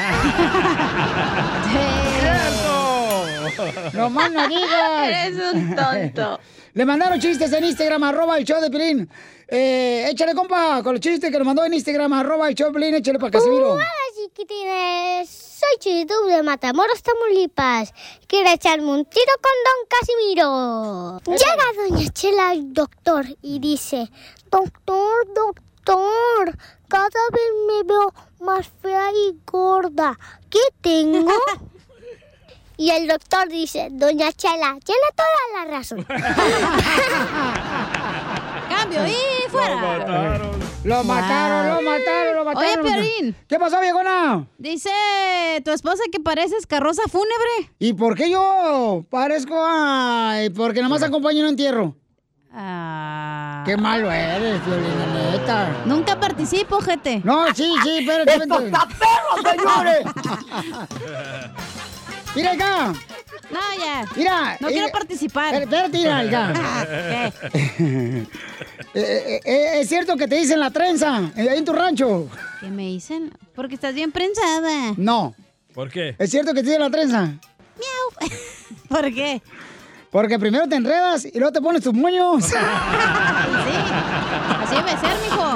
¡Cierto!
No más no digas.
Eres un tonto.
Le mandaron chistes en Instagram, arroba el show de Pilín. Eh, échale, compa, con los chistes que nos mandó en Instagram, arroba el show de Pilín, échale para Casimiro.
Uh.
Hola, chiquitines. Soy Chidu de Matamoros, Tamaulipas. Quiero echarme un tiro con Don Casimiro. Llega Doña Chela al doctor y dice, doctor, doctor, cada vez me veo más fea y gorda. ¿Qué tengo? Y el doctor dice, Doña Chela, tiene toda la razón.
Cambio y fuera.
Lo mataron, lo mataron, lo
Oye,
mataron.
Piolín.
¿Qué pasó, viejona?
Dice tu esposa que pareces carroza fúnebre.
¿Y por qué yo parezco a... porque nomás acompaño en un entierro?
Ah.
Qué malo eres, Piolín, la neta.
Nunca participo, gente.
No, sí, sí, pero...
¡Esto está
perro, señores! Mira acá.
No, ya.
Mira. eh,
No quiero participar.
Espérate, mira acá. Eh, eh, eh, es cierto que te dicen la trenza, eh, ahí en tu rancho.
¿Qué me dicen? Porque estás bien prensada.
No.
¿Por qué?
¿Es cierto que te dicen la trenza?
¿Por qué?
Porque primero te enredas y luego te pones tus moños.
Así debe ser, mijo.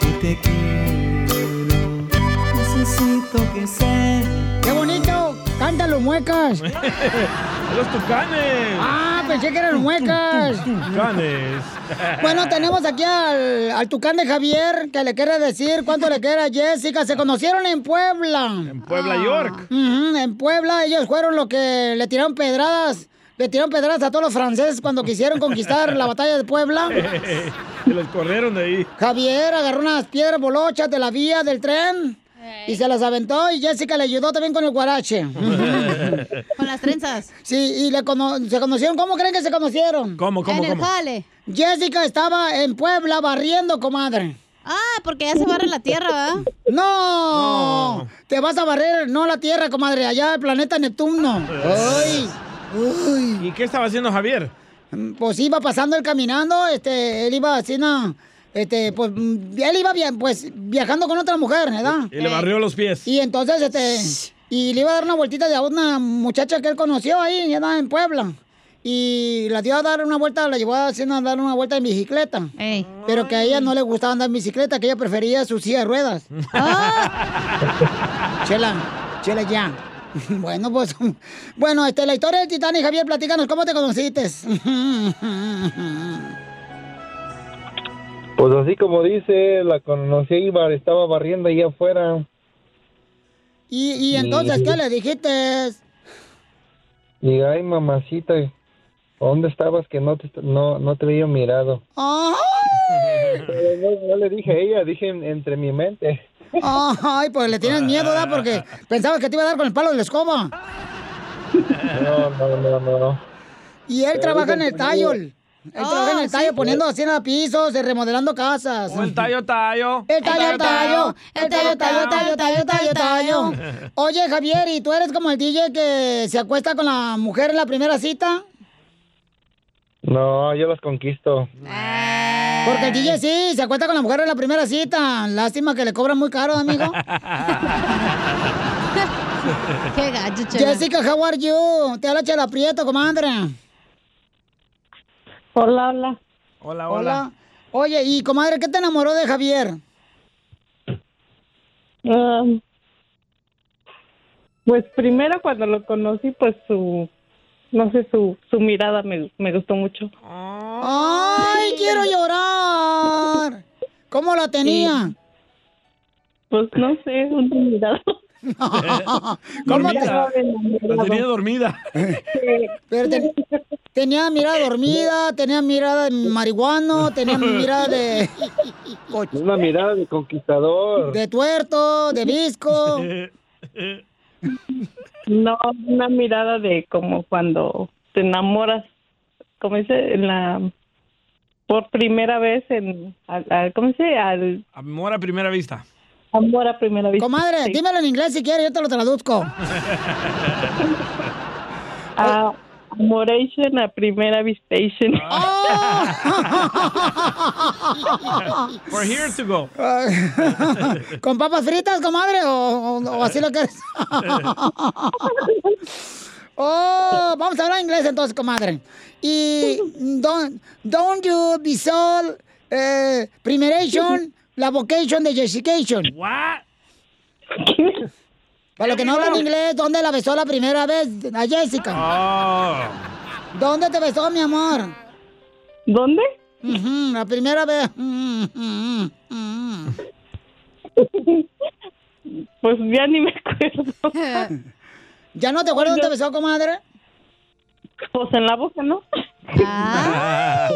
que te quiero. Necesito que sepas.
¡Qué bonito! ¡Cántalo, muecas!
Los tucanes.
¡Ah, pensé que eran muecas!
Tucanes.
Bueno, tenemos aquí al, al tucán de Javier, que le quiere decir cuánto le quiere a Jessica. Se conocieron en Puebla. En
Puebla, York.
en Puebla ellos fueron los que le tiraron pedradas. Le tiraron pedradas a todos los franceses cuando quisieron conquistar la batalla de Puebla.
Se los corrieron de ahí.
Javier agarró unas piedras bolochas de la vía del tren y se las aventó y Jessica le ayudó también con el guarache.
Con las trenzas.
Sí, y le cono- se conocieron. ¿Cómo creen que se conocieron?
¿Cómo, cómo,
en
En el cómo?
jale. Jessica estaba en Puebla barriendo, comadre.
Ah, porque ya se barre la tierra, ¿verdad?
¡No!
No.
Te vas a barrer, no la Tierra, comadre, allá el planeta Neptuno. ¡Ay!
¿Y qué estaba haciendo Javier?
Pues iba pasando él caminando, este, él iba así, no, este, pues, mm, él iba via- pues, viajando con otra mujer, ¿verdad?
Y le barrió los pies.
Y entonces, este, y le iba a dar una vueltita de a una muchacha que él conoció ahí, ya en Puebla. Y la dio a dar una vuelta, la llevó a hacer una- dar una vuelta en bicicleta. Pero que a ella no le gustaba andar en bicicleta, que ella prefería su silla de ruedas. Chela, chela ya. Bueno, pues, bueno, este, la historia del Titanic, Javier, platícanos, ¿cómo te conociste?
Pues así como dice, la conocí y bar- estaba barriendo ahí afuera.
Y, y entonces, ¿qué le dijiste?
Y ay, mamacita, ¿dónde estabas que no te, no, no te había mirado? Pero No, no le dije a ella, dije en- entre mi mente.
Ay, pues le tienes miedo, ¿verdad? Porque pensabas que te iba a dar con el palo de la escoba.
No, no, no, no.
Y él
Pero
trabaja en el
dicen que
tallo.
sí.
Él trabaja en el
sí.
tallo poniendo haciendo pisos y remodelando casas. pues. el tallo tallo. El tallo tallo. El tallo tallo tallo tallo tallo tallo. Oye, Javier, ¿y tú eres como el DJ que se acuesta con la mujer en la primera cita?
No, yo las conquisto.
Porque el DJ sí, se acuesta con la mujer en la primera cita. Lástima que le cobran muy caro, amigo.
Qué gacho, chela.
Jessica, how are you? Te habla Chela Prieto, comadre.
Hola, hola.
Hola,
Hola. Oye, y comadre, ¿qué te enamoró de Javier?
Um, pues primero cuando lo conocí, pues su, no sé, su, su mirada me, me gustó mucho.
¡Ay, quiero llorar! ¿Cómo la tenía?
Pues no sé, una mirada.
¿Cómo te-
dormida. La tenía dormida.
Pero ten- tenía mirada dormida, tenía mirada de marihuano, tenía mirada de...
Una mirada de conquistador.
De tuerto, de visco.
No, una mirada de como cuando te enamoras, como dice, en la por primera vez en, al- al- ¿cómo dice? Al
Amor a primera vista.
amor a primera vista.
Comadre,
Sí.
dímelo en inglés si quieres, yo te lo traduzco.
Ah, amoration a primera vistation.
Ah. We're here to go.
¿Con papas fritas, comadre? ¿O, o- o así lo quieres? oh, vamos a hablar inglés entonces, comadre. Y don't, don't you be so eh, primeration, la vocation de Jessication.
What?
Para los que no hablan inglés, ¿dónde la besó la primera vez a Jessica? ¿Dónde te besó, mi amor?
¿Dónde?
la primera vez.
Pues ya ni me acuerdo.
¿Ya no te acuerdas dónde te besó, comadre?
Pues en la boca, ¿no?
Ah.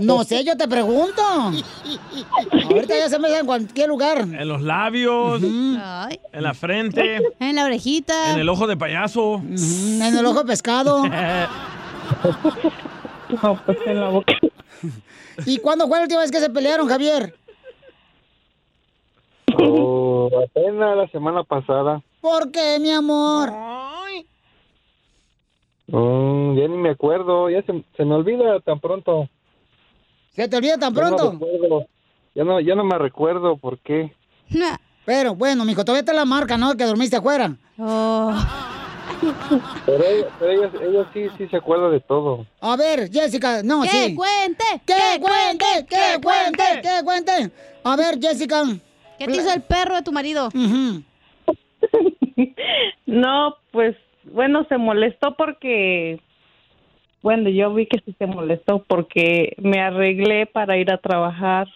No sé, yo te pregunto. Ahorita ya se me da en cualquier lugar.
En los labios,
Ay.
en la frente,
En la orejita.
en el ojo de payaso.
Mm, En el ojo de pescado.
No, pues en la boca.
¿Y cuándo fue la última vez que se pelearon, Javier?
Oh, apenas la semana pasada.
¿Por qué, mi amor?
Mm, ya ni me acuerdo, ya se, se me olvida tan pronto.
¿Se te olvida tan pronto?
Ya no, ya no me recuerdo por qué.
Pero bueno, mijo, todavía está la marca, ¿no? Que dormiste afuera.
Oh.
Pero ella, pero ella, ella sí, sí se acuerda de todo.
A ver, Jessica, no,
¡Que
sí.
cuente!
¡Que, cuente! ¡Que cuente! ¡Que cuente! A ver, Jessica.
¿Qué te hizo el perro de tu marido?
No, pues bueno, se molestó porque, bueno, yo vi que sí se molestó porque me arreglé para ir a trabajar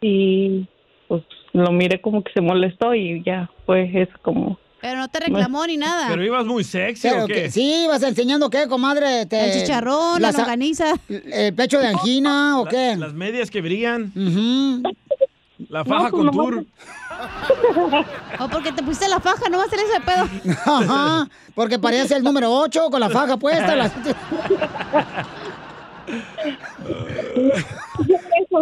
y pues lo miré como que se molestó y ya, pues es como...
Pero no te reclamó ni nada.
Pero ibas muy sexy
Pero
o qué?
que- sí, vas enseñando qué, comadre. Te-
El chicharrón, la
las-
longaniza.
¿El pecho de angina o
La-
qué?
Las medias que brillan. La
No,
faja
pues
con
nomás-
tour.
O porque te pusiste la faja, no va a salir ese pedo.
Ajá, porque parece el número 8 con la faja puesta. las-
Eso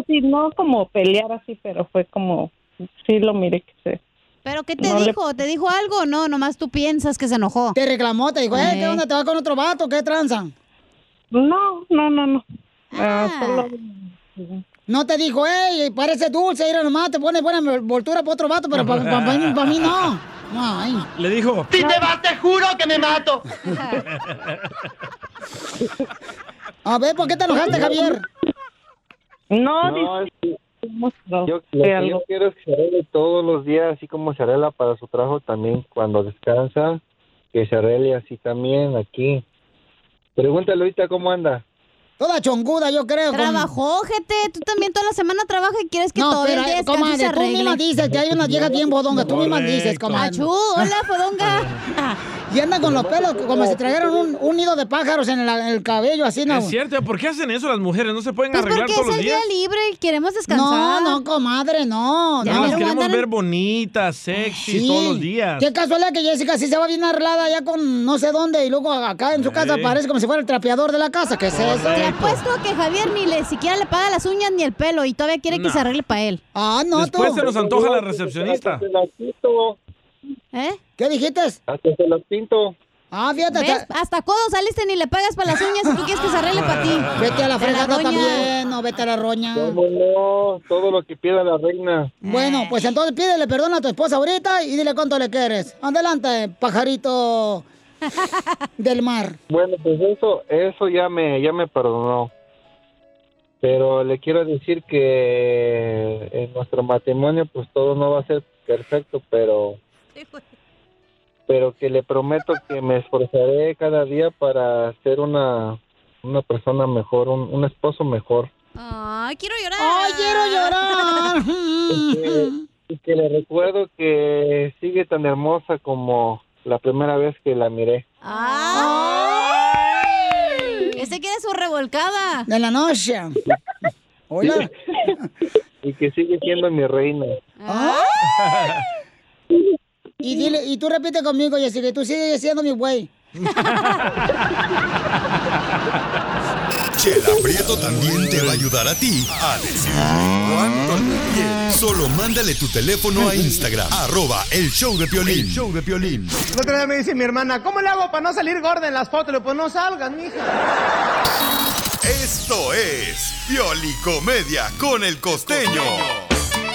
sí, no como pelear así, pero fue como, sí lo miré que se...
¿Pero qué te
No le-
dijo? ¿Te dijo algo? No, nomás tú piensas que se enojó.
Te reclamó, te dijo, eh, ¿qué onda? ¿Te vas con otro vato? ¿Qué tranza?
No, no, no, no.
Ah, No te dijo, hey, parece dulce, ir nomás, te pones buena voltura para otro vato, pero para mí, pa mí no. No, ay.
Le dijo.
Si te vas, te juro que me mato. A ver, ¿por qué te enojaste, Javier?
No,
es que yo,
sí,
lo que
algo.
yo quiero es que se arregle todos los días, así como se arregla para su trabajo también cuando descansa, que se arregle así también aquí. Pregúntale ahorita cómo anda.
Toda chonguda, yo creo.
Trabajó, gente. Tú también toda la semana trabajas y quieres que
No,
todo el
pero,
día
eh,
descanse y
comadre,
se
tú
arregle.
misma dices que hay unas viejas bien bodongas. Tú misma dices,
Correcto.
comadre.
Achú, hola, bodonga.
Y anda con los pelos como si tragaran un, un nido de pájaros en el, el cabello, así, ¿no?
Es cierto, ¿por qué hacen eso las mujeres? ¿No se pueden
Pues
arreglar
porque
todos
es
los
el
días?
día libre y queremos descansar.
No, no, comadre, no.
No,
no.
las queremos ver bonitas, sexy
Sí.
todos los días.
Qué casualidad que Jessica sí se va bien arreglada allá con no sé dónde y luego acá en su casa
Sí.
parece como si fuera el trapeador de la casa. ¿Qué es eso?
Te apuesto que Javier ni le siquiera le paga las uñas ni el pelo y todavía quiere que
No.
se arregle para él.
Ah,
Después se nos antoja la recepcionista.
¿Eh?
¿Qué dijiste?
Hasta se las pinto.
Ah, fíjate.
¿Ves? Hasta codo saliste ni le pagas para las uñas y tú quieres que se arregle para ti.
Vete a la fregada
roña.
también, no vete a la roña.
¿Cómo no? Todo lo que pida la reina.
Bueno, pues entonces pídele perdón a tu esposa ahorita y dile cuánto le quieres. Adelante, pajarito del mar.
Bueno, pues eso, eso ya me, ya me perdonó. Pero le quiero decir que en nuestro matrimonio, pues todo no va a ser perfecto, pero, pero que le prometo que me esforzaré cada día para ser una, una persona mejor, un, un esposo mejor.
Ay, quiero llorar.
Ay, quiero llorar.
Y que, y que le recuerdo que sigue tan hermosa como la primera vez que la miré.
Ese quiere su revolcada.
De la noche. Hola.
y que sigue siendo mi reina.
Y, dile, y tú repite conmigo, Jessy, que tú sigues siendo mi güey.
Chela Prieto también te va a ayudar a ti a decirle cuánto le quieres. Solo mándale tu teléfono a Instagram, arroba el show de Piolín. El show de Piolín.
El otro día me dice mi hermana, ¿cómo le hago para no salir gorda en las fotos? Le digo, pues no salgas, mija.
Esto es Piolicomedia con el costeño.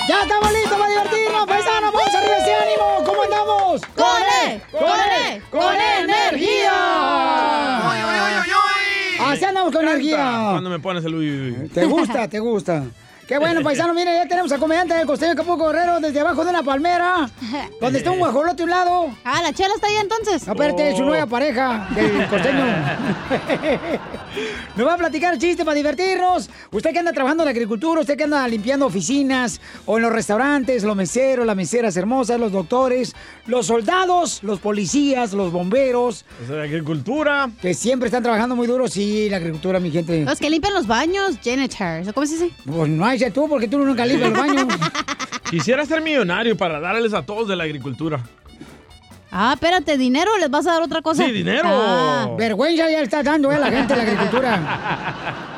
¡Ya estamos listos para divertirnos, paisanos! ¡Vamos arriba ese ánimo! ¿Cómo andamos?
¡Con E! ¡Con E! ¡Con E, energía!
¡Oy, E Así andamos con energía.
Cuando me pones el uy, uy, uy.
Te gusta, te gusta. Qué bueno, paisano. Mire, ya tenemos a comediante del costeño Capuco Guerrero desde abajo de una palmera. Donde está un guajolote a un lado.
Ah, la chela está ahí entonces.
Aparte, su nueva pareja del costeño. Nos va a platicar chiste para divertirnos. Usted que anda trabajando en la agricultura, usted que anda limpiando oficinas o en los restaurantes, los meseros, las meseras hermosas, los doctores, los soldados, los policías, los bomberos.
la agricultura.
Que siempre están trabajando muy duro, sí, la agricultura, mi gente.
Los que limpian los baños, janitors. ¿o ¿Cómo se dice?
Pues no hay ya tú, porque tú nunca limpias los baños.
Quisiera ser millonario para darles a todos de la agricultura.
Ah, espérate, ¿dinero o les vas a dar otra cosa?
Sí, dinero.
Ah.
Vergüenza ya le está dando eh, a la gente la agricultura.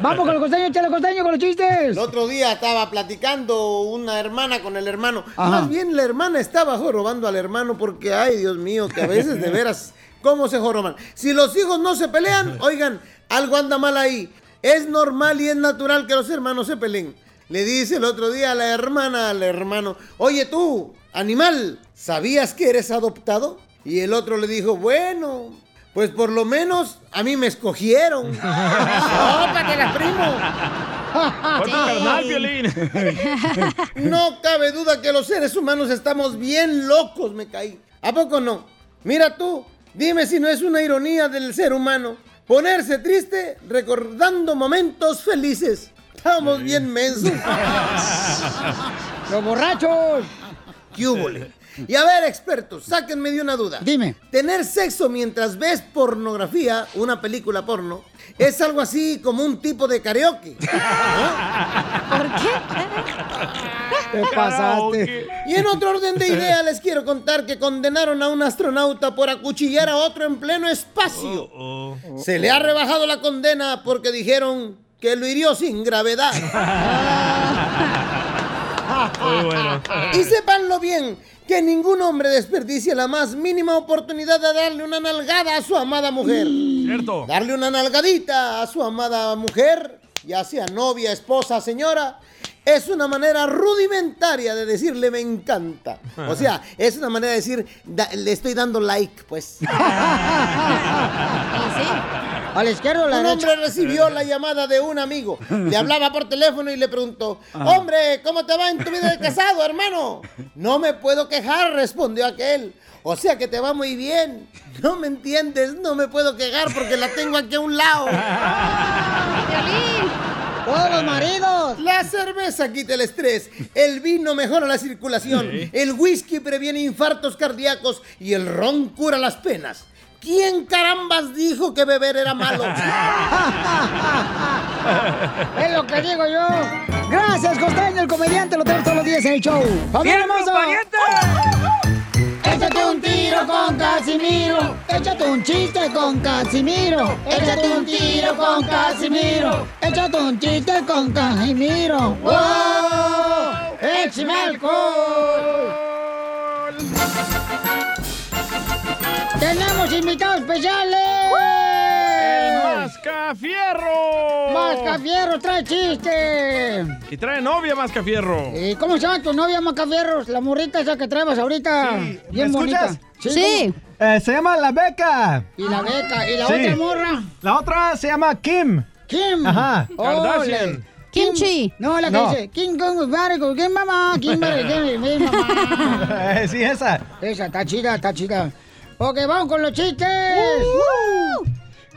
Vamos con el costeño, chale costeño, con los chistes.
El otro día estaba platicando una hermana con el hermano.
Ajá.
Más bien la hermana estaba jorobando al hermano porque, ay, Dios mío, que a veces de veras, ¿cómo se joroban? Si los hijos no se pelean, oigan, algo anda mal ahí. Es normal y es natural que los hermanos se peleen. Le dice el otro día a la hermana al hermano, oye tú, animal, ¿sabías que eres adoptado? Y el otro le dijo, bueno, pues por lo menos a mí me escogieron. ¡Ópatela, primo!
Ah,
Ponte carnal, Piolín.
No cabe duda que los seres humanos estamos bien locos, me caí. ¿A poco no? Mira tú, dime si no es una ironía del ser humano ponerse triste recordando momentos felices. Estamos bien mensos.
¡Los borrachos!
¡Qué húbole! Y a ver, expertos, sáquenme de una duda.
Dime.
¿Tener sexo mientras ves pornografía, una película porno, es algo así como un tipo de karaoke? ¿Por qué?
Te pasaste.
Y en otro orden de idea les quiero contar que condenaron a un astronauta por acuchillar a otro en pleno espacio. Se le ha rebajado la condena porque dijeron que lo hirió sin gravedad.
Muy bueno.
Y sépanlo bien, que ningún hombre desperdicie la más mínima oportunidad de darle una nalgada a su amada mujer.
Cierto.
Darle una nalgadita a su amada mujer, ya sea novia, esposa, señora, es una manera rudimentaria de decirle me encanta. O sea, es una manera de decir, "Da- le estoy dando like, pues.
A la izquierda o a la
Un
derecha.
hombre recibió la llamada de un amigo. Le hablaba por teléfono y le preguntó, hombre, ¿cómo te va en tu vida de casado, hermano? No me puedo quejar, respondió aquel. O sea que te va muy bien. No me entiendes, no me puedo quejar porque la tengo aquí a un lado.
¡Todos los maridos!
La cerveza quita el estrés, el vino mejora la circulación, el whisky previene infartos cardíacos y el ron cura las penas. ¿Quién carambas dijo que beber era malo?
Es lo que digo yo. Gracias, Costeño, el comediante. Lo tenemos todos los días en el show. ¡Familia hermosa! Échate un tiro con Casimiro. Échate un chiste con Casimiro. Échate un tiro con Casimiro. Échate un chiste con Casimiro. ¡Wow! ¡Échame alcohol! ¡Tenemos invitados especiales!
El Mascafierro.
¡Mascafierro trae chiste!
Y trae novia Mascafierro.
¿Y cómo se llama tu novia, Macafierros? La morrita esa que traemos ahorita.
¿me
Bien bonita.
escuchas?
Sí.
Eh, se llama La Beca.
Y la beca. ¿Y la
Sí.
otra morra?
La otra se llama Kim.
Kim.
Ajá.
Kardashian.
Ole.
Kimchi. No, la que
No.
dice. Kim Kong Barco. ¿Quién mamá? ¿Quién mamá?
Eh, sí, esa.
Esa, está chida, está chida. Ok, vamos con los chistes.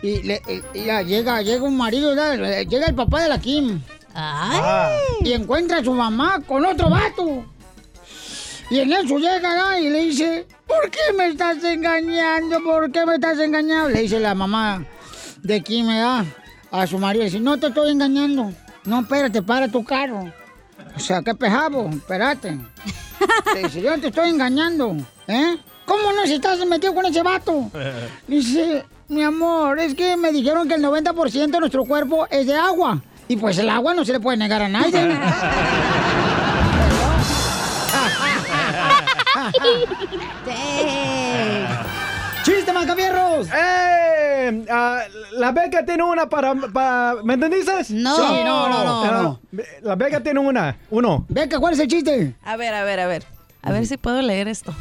Y, le- y- y ya llega, llega un marido, ya, eh, llega el papá de la Kim. Y encuentra a su mamá con otro vato. Y en eso llega ya, y le dice, ¿por qué me estás engañando? ¿Por qué me estás engañando? Le dice la mamá de Kim ¿verdad? a su marido. Dice, no te estoy engañando. No, espérate, para tu carro. O sea, qué pejabo, espérate. Te dice, yo te estoy engañando, ¿eh? ¿Cómo no si estás metido con ese vato? Dice, mi amor, es que me dijeron que el 90% de nuestro cuerpo es de agua. Y pues el agua no se le puede negar a nadie. ¡Chiste, Macabierros!
¡Eh! ah, la beca tiene una para. para- ¿Me entendiste?
No. Sí, no, no, no, no.
Ah, La beca tiene una. Uno.
Beca, ¿cuál es el chiste?
A ver, a ver, a ver. A ver si puedo leer esto.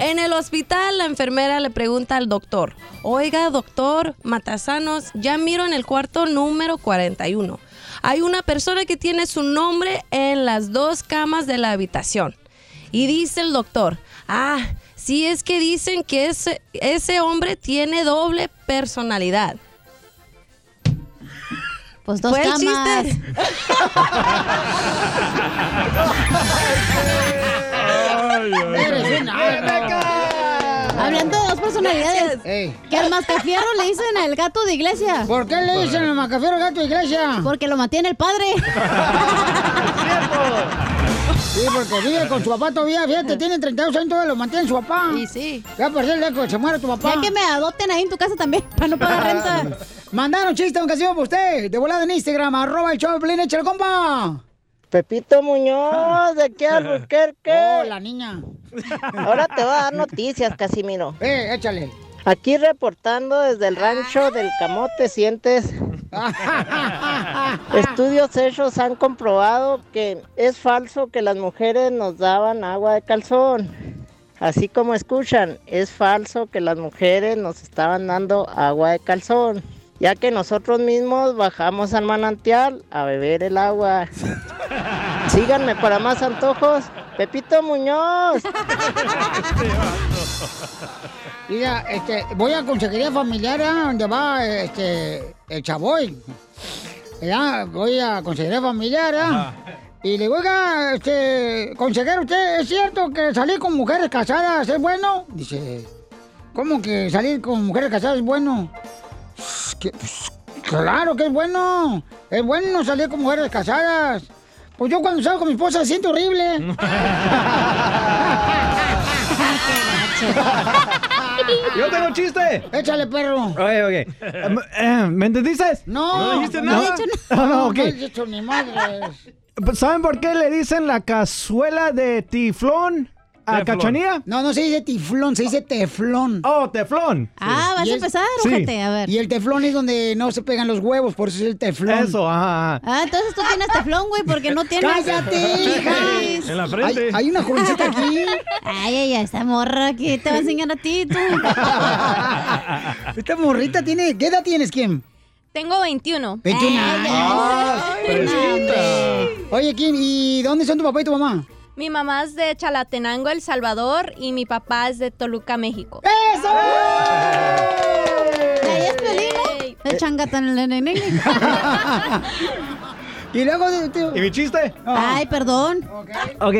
En el hospital, la enfermera le pregunta al doctor, oiga, doctor Matasanos, ya miro en el cuarto número 41. Hay una persona que tiene su nombre en las dos camas de la habitación. Y dice el doctor, ah, sí es que dicen que ese, ese hombre tiene doble personalidad.
Pues dos
¿Fue el
camas.
chiste?
Eres un asno. Hablando de dos personalidades. Que al mascafiero le dicen al gato de iglesia.
¿Por qué le dicen al mascafiero gato de iglesia?
Porque lo mantiene el padre.
Sí, porque vive con su papá todavía, fíjate, tiene 32 años todavía lo mantiene su papá. Sí,
sí.
Ya perdió el eco, se muere tu papá. Ah,
Ya que me adopten ahí en tu casa también, para no pagar renta.
Mandaron chiste, un casino para usted. De volada en Instagram, arroba el show de Piolín, échale, compa.
Pepito Muñoz, de aquí a Albuquerque.
Hola, niña.
Ahora te voy a dar noticias, Casimiro.
Eh, échale.
Aquí reportando desde el rancho del Camote Sientes.
Ah.
Estudios hechos han comprobado que es falso que las mujeres nos daban agua de calzón. Así como escuchan, es falso que las mujeres nos estaban dando agua de calzón, ya que nosotros mismos bajamos al manantial a beber el agua. Síganme para más antojos, Pepito Muñoz.
Mira, este, voy a consejería familiar ¿ah? donde va este el chavoy. Ya, voy a consejería familiar, ¿ah? Y le digo, oiga, este, consejero, ¿usted es cierto que salir con mujeres casadas es bueno? Dice, ¿cómo que salir con mujeres casadas es bueno? "Pues, que- pues, claro que es bueno. Es bueno salir con mujeres casadas. Pues yo cuando salgo con mi esposa siento horrible.
Yo tengo un chiste.
Échale, perro. Ok,
ok. Em, em, ¿Me entendiste?
No,
dijiste
no he
nada?
dicho
No,
nada.
no,
No he
ok. Pues,
dicho ni madres.
¿Saben por qué le dicen la cazuela de tiflón a
Teflón.
cachanía?
No, no se dice tiflón, se dice teflón.
Oh, teflón.
Ah, vas
Y
a
el-
empezar, ojete, a ver.
Y el teflón es donde no se pegan los huevos, por eso es el teflón.
Eso, ajá.
Ah, entonces tú tienes teflón, güey, porque no tienes.
¡Cállate, hija!
En la
Hay,
frente.
hay una jovencita aquí.
Ay, ay, ay, esta morra que te va a enseñar a ti, tú.
Esta Ah, morrita tiene. ¿Qué edad tienes, Kim?
Tengo Eh, 21.
21
Ay,
años.
Ah,
ya. Ay,
Oye, Kim, ¿y dónde son tu papá y tu mamá?
Mi mamá es de Chalatenango, El Salvador, y mi papá es de Toluca, México.
¡Eso!
De ahí es Piolín, ¿no? De changatan
Y luego.
¿Y mi chiste?
Ay, perdón.
Ok.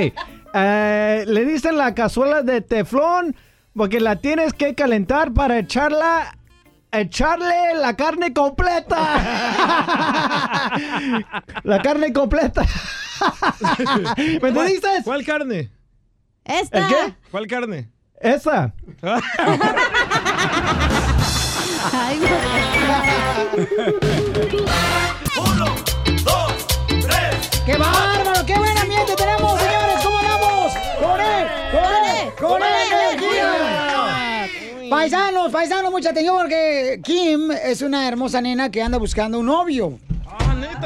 eh, le dicen la cazuela de teflón porque la tienes que calentar para echarla. Echarle la carne completa. la carne completa. ¿Me entendiste?
¿Cuál carne?
Esta.
¿El qué?
¿Cuál carne?
Esa.
Ay, no.
¡Qué bárbaro! ¡Qué buen ambiente tenemos, señores! ¿Cómo andamos? ¡Con él! ¡Con él! ¡Con él! energía! Paisanos, paisanos, mucha atención porque Kim es una hermosa nena que anda buscando un novio.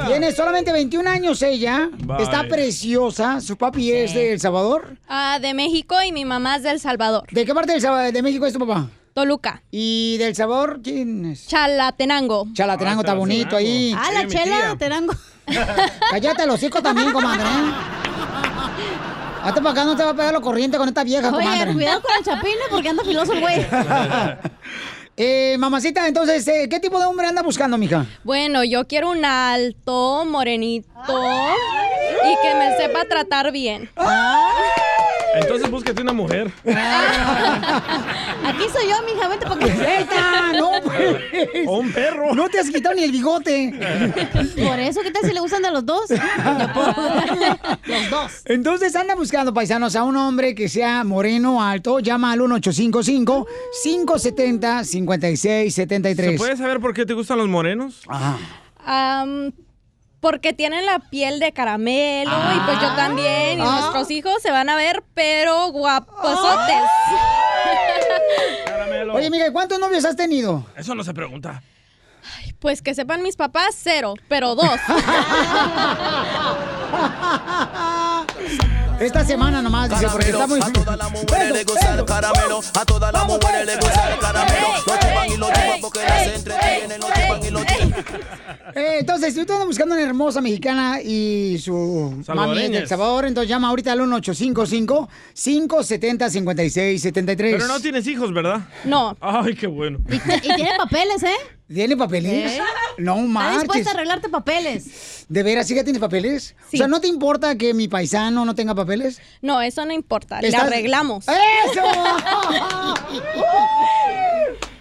Tiene solamente 21 años ella.
Vaya.
Está preciosa. Su papi es de El Salvador.
Ah, de México y mi mamá es de El Salvador.
¿De qué parte del Salva- de México es tu papá?
Toluca.
¿Y del Salvador quién es?
Chalatenango.
Chalatenango Ah, está bonito ahí.
Ah, la chela,
Tenango.
Cállate los hijos también, comadre. Hasta para acá no te va a pegar lo corriente con esta vieja, comadre.
Oye, cuidado con el chapín, ¿no? porque anda filoso el güey.
Eh, mamacita, entonces, eh, ¿qué tipo de hombre anda buscando, mija?
Bueno, yo quiero un alto, morenito y que me sepa tratar bien.
Ah.
Entonces búsquete una mujer.
Aquí soy yo, mija, vente para que
¡Neta! ¡No!
O un perro.
No te has quitado ni el bigote.
Por eso, ¿qué tal si le gustan a los dos? Le puedo dar los dos.
Entonces anda buscando, paisanos, a un hombre que sea moreno alto. Llama al 1855-570-5673.
¿Se puede saber por qué te gustan los morenos?
Am, porque tienen la piel de caramelo y pues yo también y
Ah.
nuestros hijos se van a ver pero guaposotes.
Ah. Oye, Miguel, ¿cuántos novios has tenido?
Eso no se pregunta.
Pues que sepan mis papás cero, pero dos.
Esta semana nomás, dice, porque está muy...
mujeres le gusta el caramelo, a todas las mujeres le gusta el caramelo. Lo chupan y lo chupan porque las entretienen, lo chupan y lo chupan.
Eh, entonces, si usted anda buscando una hermosa mexicana y su mami es de El
Salvadoreñas.
Salvador, entonces llama ahorita al 1855-570-5673.
Pero no tienes hijos, ¿verdad?
No.
Ay, qué bueno.
Y tiene papeles, ¿eh?
¿Tiene papeles?
¿Eh?
No
Está
marches.
dispuesta a arreglarte papeles.
¿De veras sí que tienes papeles? O sea, ¿no te importa que mi paisano no tenga papeles?
No, eso no importa, le
Estás-
arreglamos.
¡Eso!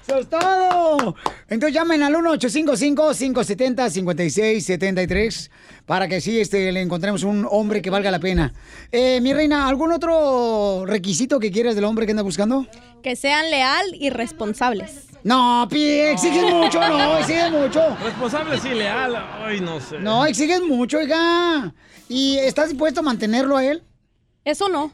¡Eso es todo! Entonces llamen al 1-855-570-5673 para que sí este, le encontremos un hombre que valga la pena. Eh, mi reina, ¿algún otro requisito que quieras del hombre que anda buscando?
Que sean leal y responsables.
No, pi, exiges mucho, no, exiges mucho.
Responsable sí, leal. Ay, no sé.
No, exiges mucho, oiga. ¿Y estás dispuesto a mantenerlo a él?
Eso no.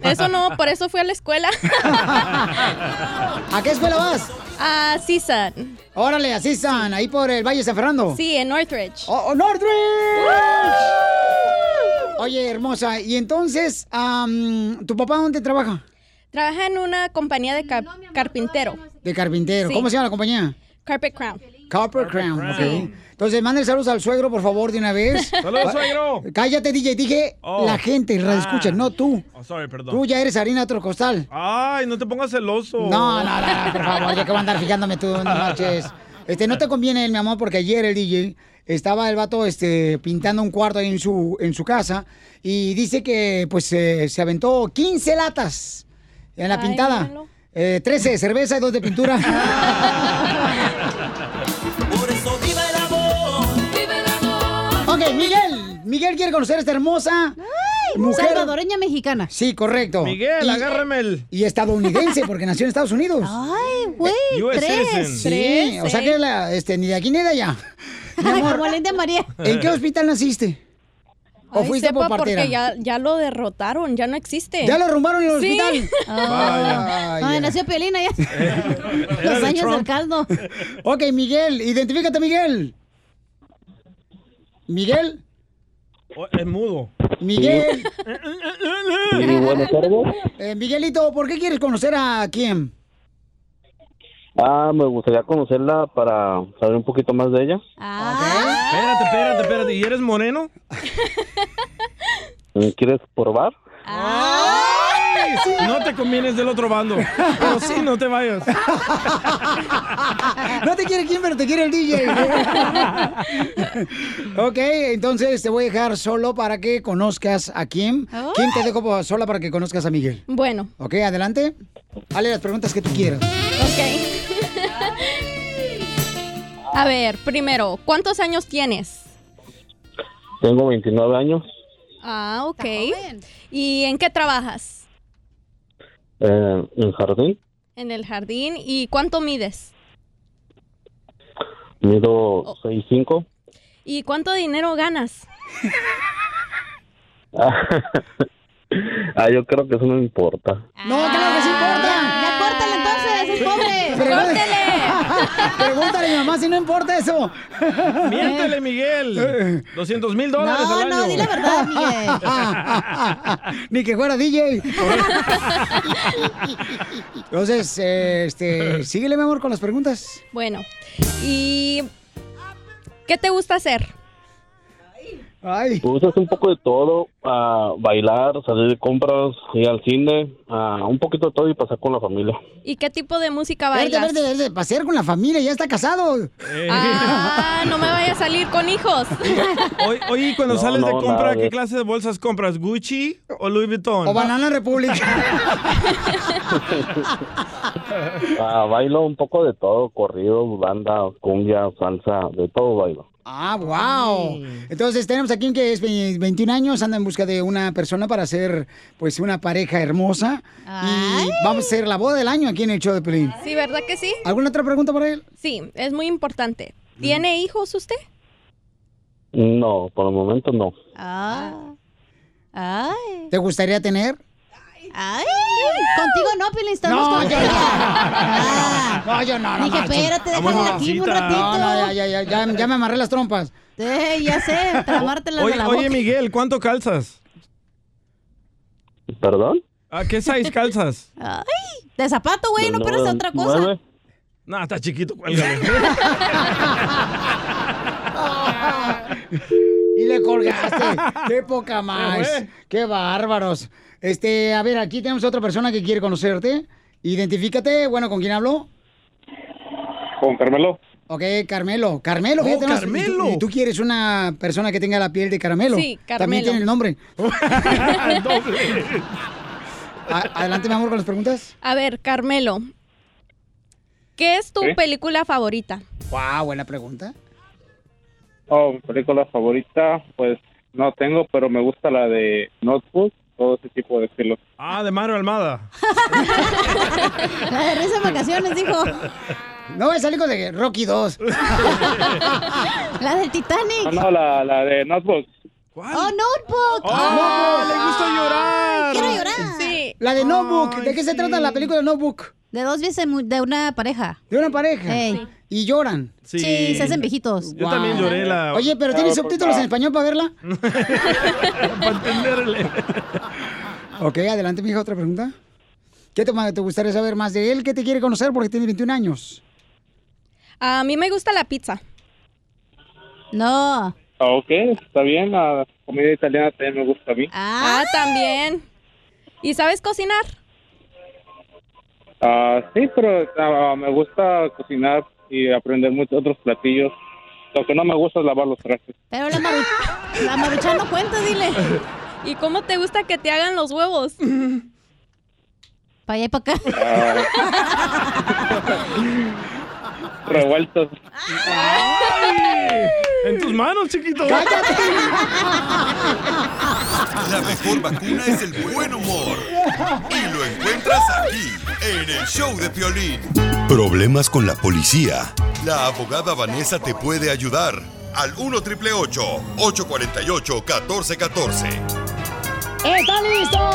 Eso no, por eso fui a la escuela.
¿A qué escuela vas?
A CISAN.
Órale, a CISAN, ahí por el Valle San Fernando.
Sí, en Northridge.
¡Oh, oh, Northridge! Oye, hermosa, y entonces, am, Mm, ¿tu papá dónde trabaja?
Trabaja en una compañía de ca- carpintero.
De carpintero.
Sí.
¿Cómo se llama la compañía?
Carpet Crown.
Copper Crown, ok. Entonces, manden saludos al suegro, por favor, de una vez.
¡Saludos, suegro!
Cállate, DJ. Dije
Oh.
la gente, la escucha, no tú.
Oh, sorry, perdón. Oh.
Tú ya eres harina de otro costal.
Ay, no te pongas celoso.
No, no, no, por favor, ya que van a andar fijándome tú, no marches. Este, no te conviene él, mi amor, porque ayer el DJ estaba el vato este, pintando un cuarto ahí en su, en su casa y dice que pues eh, se aventó 15 latas en la
Ay,
pintada.
míralo.
Eh, 13 de cerveza y 2 de pintura.
Por eso viva el amor, viva el amor.
ok, Miguel. Miguel quiere conocer a esta hermosa mujer.
salvadoreña mexicana.
Sí, correcto.
Miguel, agárrame el... Eh,
Y estadounidense, porque nació en Estados Unidos.
Ay, güey,
US citizen.
tres.
Sí, o sea que la, este, ni de aquí ni de allá. Mi amor,
Como la India María.
¿En qué hospital naciste? ¿O
Ay,
fuiste
sepa,
por partera?
porque ya, ya lo derrotaron, ya no existe.
¿Ya lo arrumbaron en el
Sí.
hospital?
Ah, Donde nació Piolina ya. Los años del caldo.
Ok, Miguel, identifícate, Miguel. Miguel,
Oh, es mudo.
Miguel.
Y buenas tardes.
Eh, Miguelito, ¿por qué quieres conocer a quién?
Ah, me gustaría conocerla para saber un poquito más de ella.
Ah.
Ah.
Espérate, espérate, espérate. ¿Y eres moreno?
¿Quieres probar?
Ay, No te convienes del otro bando. Pero sí, no te vayas.
No te quiere quién, pero te quiere el DJ. ok, entonces te voy a dejar solo para que conozcas a quién. ¿Quién te dejo sola para que conozcas a Miguel?
Bueno,
Ok, adelante. Hale las preguntas que tú quieras.
a ver, primero, ¿cuántos años tienes?
Tengo 29 años.
Ah, ok. ¿Y en qué trabajas?
eh, en jardín.
En el jardín. ¿Y cuánto mides?
Mido 6'5".
¿Y cuánto dinero ganas?
ah, yo creo que eso no me importa.
No,
Oh,
claro que sí importa.
Ya córtale entonces, es pobre.
Pregúntale a mi mamá si no importa eso.
Miéntele, Miguel. 200 mil dólares
Eh. No,
al año.
no, di la verdad, Miguel. Ni que fuera DJ. Entonces, eh, este, síguele, mi amor, con las preguntas.
Bueno, ¿y qué te gusta hacer?
Pues es un poco de todo, ah, bailar, salir de compras, ir al cine, ah, un poquito de todo y pasar con la familia.
¿Y qué tipo de música
Verde,
bailas?
verde, verde. Pasear con la familia, ya está casado.
Ah, no me vaya a salir con hijos.
Oye, oye, y cuando
No,
sales de
no,
compra,
nada de
¿qué
eso.
clase de bolsas compras? ¿Gucci o Louis Vuitton?
O Banana Republic.
Ah, bailo un poco de todo, corrido, banda, cumbia, salsa, de todo bailo.
Ah, wow. Entonces tenemos aquí un que es ve- 21 años, anda en busca de una persona para ser pues una pareja hermosa. Y vamos a hacer la boda del año aquí en el show de Pelín.
Sí, ¿verdad que sí?
¿Alguna otra pregunta para él?
Sí, es muy importante.
Mm.
¿Tiene hijos usted?
No, por el momento no.
Ah. Ay.
¿Te gustaría tener?
Ay. Contigo no, Piolín, estamos
No,
con
yo
ella.
no.
Ah.
No, yo no, no.
Dije,
marches.
espérate, déjame aquí un ratito.
No, no, ya, ya, ya, ya, ya me amarré las trompas.
Sí, ya sé, tramártelas de
Oye,
la
oye
boca.
Miguel, ¿cuánto calzas?
¿Perdón?
¿A qué size calzas?
Ay, de zapato, güey, no
Del
pero es
nueve-
otra cosa.
nueve. No, está chiquito, cuélgale.
Y le colgaste. Qué poca más.
fue.
Qué bárbaros. Este, a ver, aquí tenemos otra persona que quiere conocerte. Identifícate, bueno, ¿con quién hablo?
Con Carmelo.
Ok, Carmelo. Carmelo,
Oh,
fíjate nomás,
Carmelo.
Y tú, y tú quieres una persona que tenga la piel de caramelo.
Sí,
También
Carmelo.
tiene el nombre. A- adelante, mi amor, con las preguntas.
A ver, Carmelo. ¿Qué es tu
¿Eh?
película favorita?
Wow, buena pregunta.
Oh, mi película favorita, pues no tengo, pero me gusta la de Notebook, todo ese tipo de estilos.
Ah, de Mario Almada.
La de risa en vacaciones, dijo.
Ah,
No, es algo de Rocky 2.
La del Titanic.
No, no, la, la de Notebook.
Oh, Notebook.
Oh,
Ay,
le gusta llorar.
Quiero llorar.
Sí.
La de Notebook. ¿De qué se trata la película de Notebook?
De dos veces mu- de una pareja.
De una pareja. Y lloran.
Sí. Sí, se hacen viejitos.
Yo también lloré la-
Oye, pero ¿tiene
Ah,
subtítulos
ah.
en español para verla?
Para entenderle.
Ok, adelante, mija, otra pregunta. ¿Qué te, te gustaría saber más de él? ¿Qué te quiere conocer? Porque tiene 21 años.
A mí me gusta la pizza.
No.
Ah, ok, está bien, la comida italiana también me gusta a mí.
Ah, también. ¿Y sabes cocinar?
Ah, sí, pero ah, me gusta cocinar y aprender muchos otros platillos. Lo que no me gusta es lavar los trastes.
Pero la, maru... la maruchan no cuenta, dile.
¿Y cómo te gusta que te hagan los huevos?
Para allá y para acá.
Ah, revueltos.
En tus manos, chiquito.
La mejor vacuna es el buen humor. Y lo encuentras aquí, en el show de Piolín. Problemas con la policía. La abogada Vanessa te puede ayudar. Al 1 triple 848 1414.
¡Está listo!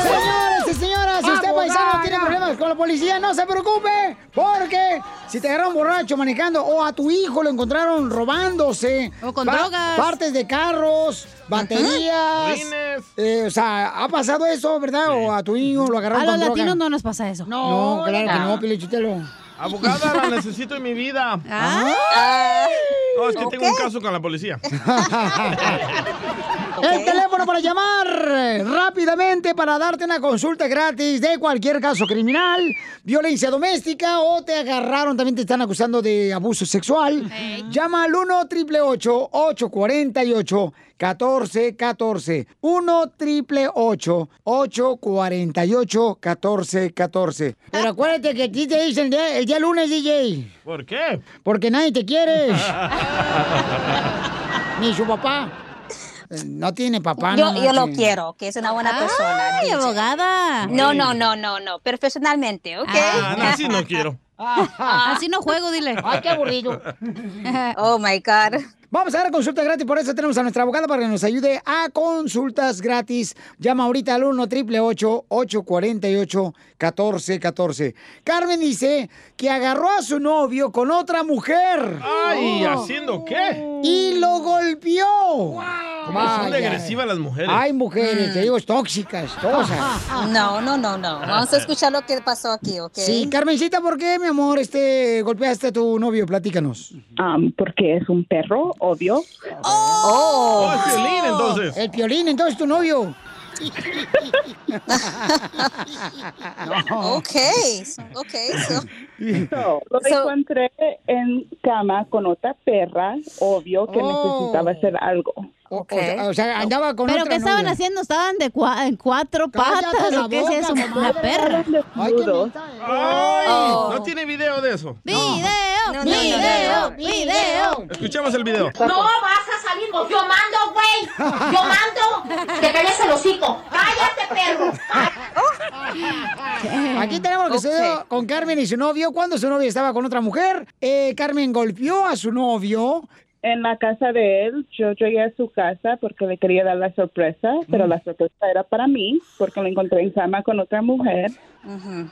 Señores y señoras, si usted
¡Abogada!
paisano tiene problemas con la policía, no se preocupe, porque si te agarraron borracho manejando o a tu hijo lo encontraron robándose
o con
drogas.
partes de carros, baterías,
Rines.
eh, o sea, ha pasado eso, ¿verdad? O a tu hijo lo
A
agarraron
los
con droga.
latinos no nos pasa eso.
No, claro que no, Pilichutelo.
Abogada, la necesito en mi vida. No, es que tengo un caso con la policía.
El teléfono para llamar eh, rápidamente para darte una consulta gratis de cualquier caso criminal, violencia doméstica o te agarraron, también te están acusando de abuso sexual. Llama al 1 888 848 1414 1 888 848 1414 Pero acuérdate que a ti te dicen el día, el día lunes, DJ.
¿Por qué?
Porque nadie te quiere. Ni su papá. Eh, No tiene papá.
Yo,
no
yo lo
marche.
quiero, que es una buena persona.
Ay,
DJ.
abogada.
No,
Ay.
no, no, no, no. Profesionalmente, ¿ok?
Ah, no, así no quiero.
Así no juego, dile.
Ay, qué aburrido.
Oh my God.
Vamos a dar consulta gratis, por eso tenemos a nuestra abogada para que nos ayude a consultas gratis. Llama ahorita al 1 848 1414 Carmen dice que agarró a su novio con otra mujer. Oh.
Ay, ¿haciendo qué?
Y lo golpeó.
¿Cómo son de
Vaya.
agresivas las mujeres?
Ay, mujeres, te digo, tóxicas, cosas.
No, no, no, no. Vamos a escuchar lo que pasó aquí, ¿ok?
Sí, Carmencita, ¿por qué, mi amor, este, golpeaste a tu novio? Platícanos.
Ah, porque es un perro, obvio.
¡Oh!
el Piolín,
entonces. El Piolín, entonces, tu novio.
Ok,
ok.
No, lo encontré en cama con otra perra, obvio que
Oh.
necesitaba hacer algo.
O sea, o sea, andaba con
¿Pero
otra
qué estaban
novia.
haciendo? ¿Estaban de cua- en cuatro
Cállate
patas
la
o qué es
boca,
eso?
comadre.
Una perra.
Ay, qué Desnudos.
¡Ay!
Oh.
No tiene video de eso.
¡Video!
No, no, no,
¡Video!
no.
¡Video!
Escuchamos el video.
No vas a salir, yo mando, güey. Yo mando. Te calles el hocico. Cállate, perro.
Aquí tenemos lo que sucedió con Carmen y su novio. Cuando su novio estaba con otra mujer, eh, Carmen golpeó a su novio.
En la casa de él, yo llegué a su casa porque le quería dar la sorpresa,
Mm.
pero la sorpresa era para mí porque lo encontré en cama con otra mujer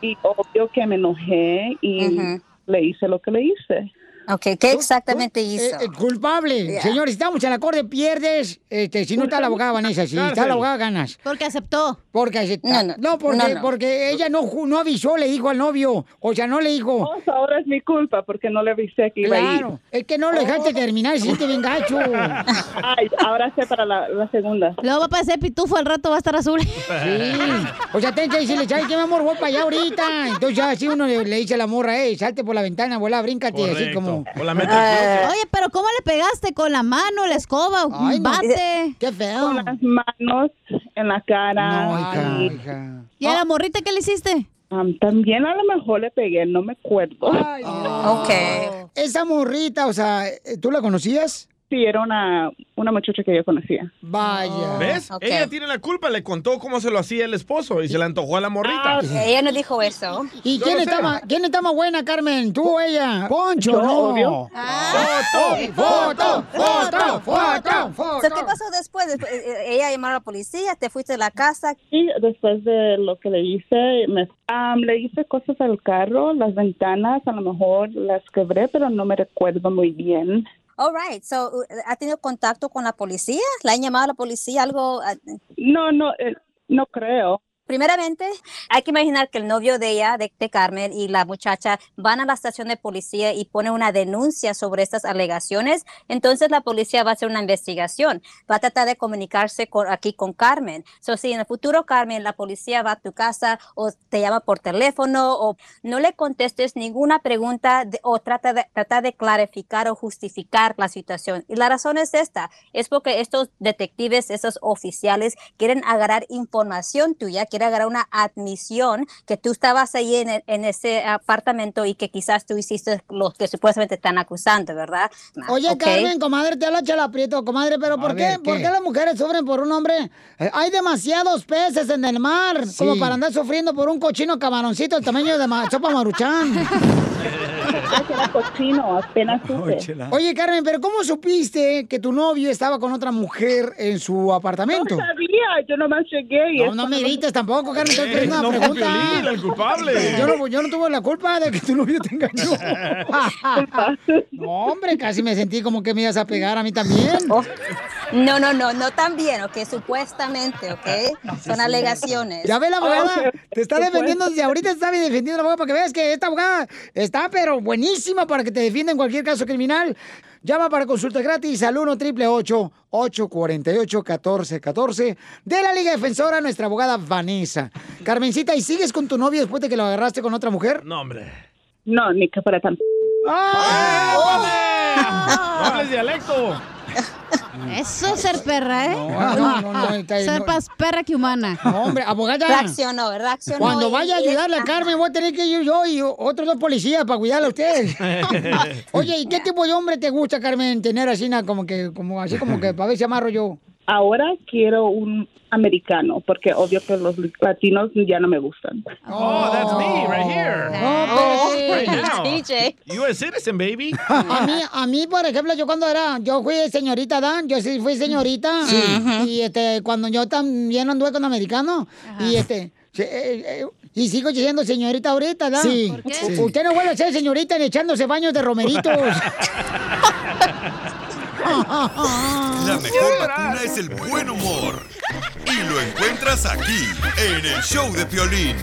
y obvio que me enojé y
Ujú.
le hice lo que le hice.
Ok, ¿qué exactamente
Eh,
hizo?
eh, culpable.
Yeah.
Señores, estamos en la corte, pierdes. Este, si no está la abogada Vanessa, si está
Cárcel.
la abogada ganas.
Porque aceptó.
Porque aceptó. No,
No, no.
porque,
No, no.
porque ella no, ju- no avisó, le dijo al novio. O sea, no le dijo.
Oh, ahora es mi culpa porque no le avisé que iba a ir.
Claro, es que no lo dejaste terminar, sí te bien gacho.
Ay, ahora sé para la, la segunda.
Luego va a parecer pitufo, al rato va a estar azul.
Sí. O sea, tenés que decirle, ¿sabes qué, mi amor? Voy para allá ahorita. Entonces ya así uno le, le dice a la morra, eh, salte por la ventana, abuela, bríncate, así como...
O la mete al closet.
Oye, pero ¿cómo le pegaste? ¿Con la mano, la escoba, un bate?
¡Qué feo!
Con las manos en la
Ah.
cara.
No,
y-
¿Y a la morrita qué le hiciste?
Um, Ah. también a lo mejor le pegué, no me acuerdo. Ah.
Ok. Esa morrita, o sea, ¿tú la conocías?
Sí, era una, una muchacha que yo conocía.
Vaya.
¿Ves?
Ok.
Ella tiene la culpa, le contó cómo se lo hacía el esposo y se le antojó a la morrita.
Ella no dijo eso.
¿Y quién está, más, quién está más buena, Carmen? ¿Tú o ella? Poncho,
Yo,
no.
obvio.
¡Foto, foto, foto, foto,
O
foto!
sea, ¿Qué pasó después? Después, eh, Ella llamó a la policía, te fuiste de la casa.
Y después de lo que le hice, me, um, le hice cosas al carro, las ventanas, a lo mejor las quebré, pero no me recuerdo muy bien.
All right, so, uh, ¿ha tenido contacto con la policía? ¿La han llamado a la policía? ¿Algo? ah,
No, no, eh, no creo.
Primeramente, hay que imaginar que el novio de ella, de, de Carmen, y la muchacha van a la estación de policía y ponen una denuncia sobre estas alegaciones. Entonces la policía va a hacer una investigación, va a tratar de comunicarse con, aquí con Carmen. So, si en el futuro, Carmen, la policía va a tu casa o te llama por teléfono o no le contestes ninguna pregunta de- o trata de, trata de clarificar o justificar la situación. Y la razón es esta, es porque estos detectives, esos oficiales quieren agarrar información tuya, quieren agarrar una admisión que tú estabas ahí en, e- en ese apartamento y que quizás tú hiciste lo que supuestamente están acusando, ¿verdad? Ah,
Oye,
Ok.
Carmen, comadre, te habla Chela Prieto, comadre, pero ¿por qué,
ver,
por
¿qué?
qué las mujeres sufren por un hombre? Eh, Hay demasiados peces en el mar, como para andar sufriendo por un cochino camaroncito del tamaño de ma- sopa maruchán.
Era cochino, apenas supe.
Oye, Carmen, pero ¿cómo supiste que tu novio estaba con otra mujer en su apartamento?
No sabía, yo nomás llegué y...
No, no me grites tampoco, Carmen, estoy
Eh,
haciendo
no
una
fue
pregunta.
Piolín el
culpable.
Yo no, yo no tuve la culpa de que tu novio te engañó. no, hombre, casi me sentí como que me ibas a pegar a mí también.
Oh. No, no, no, no tan bien, ok, supuestamente,
Ah,
ok. Son alegaciones.
Ya ve la
Ah,
abogada, te está defendiendo desde ahorita, está bien defendiendo la abogada para que veas que esta abogada está pero buenísima para que te defienda en cualquier caso criminal. Llama para consulta gratis al 1 888 848 1414 de la Liga Defensora, nuestra abogada Vanessa. Carmencita, ¿y sigues con tu novio después de que lo agarraste con otra mujer?
No, hombre.
No, ni que fuera tan...
No hables dialecto.
Eso es ser perra, ¿eh?
No, no, no, no, está-
Ser
no.
más perra que humana.
No, hombre, abogada.
Reaccionó, reaccionó.
Cuando
y-
vaya a
y-
ayudarle a Carmen, voy a tener que ir yo y otros dos policías para cuidarla a usted. Oye, ¿y qué tipo de hombre te gusta, Carmen, tener así, na, como que, como así como que para ver si amarro yo?
Ahora quiero un americano, porque obvio que los latinos ya no me gustan.
Oh, that's me right here.
Oh,
No, espérate.
Right now.
DJ.
You a citizen, baby.
A mí, a mí, por ejemplo, yo cuando era, yo fui señorita, Dan, yo sí fui señorita.
Sí.
Y este, cuando yo también anduve con americano, y este, se- eh, eh, y sigo siendo señorita ahorita, Dan.
Sí.
¿Por qué? U- Usted no vuelve a ser señorita ni echándose baños de romeritos.
La mejor vacuna es el buen humor. Y lo encuentras aquí, en el show de Piolín.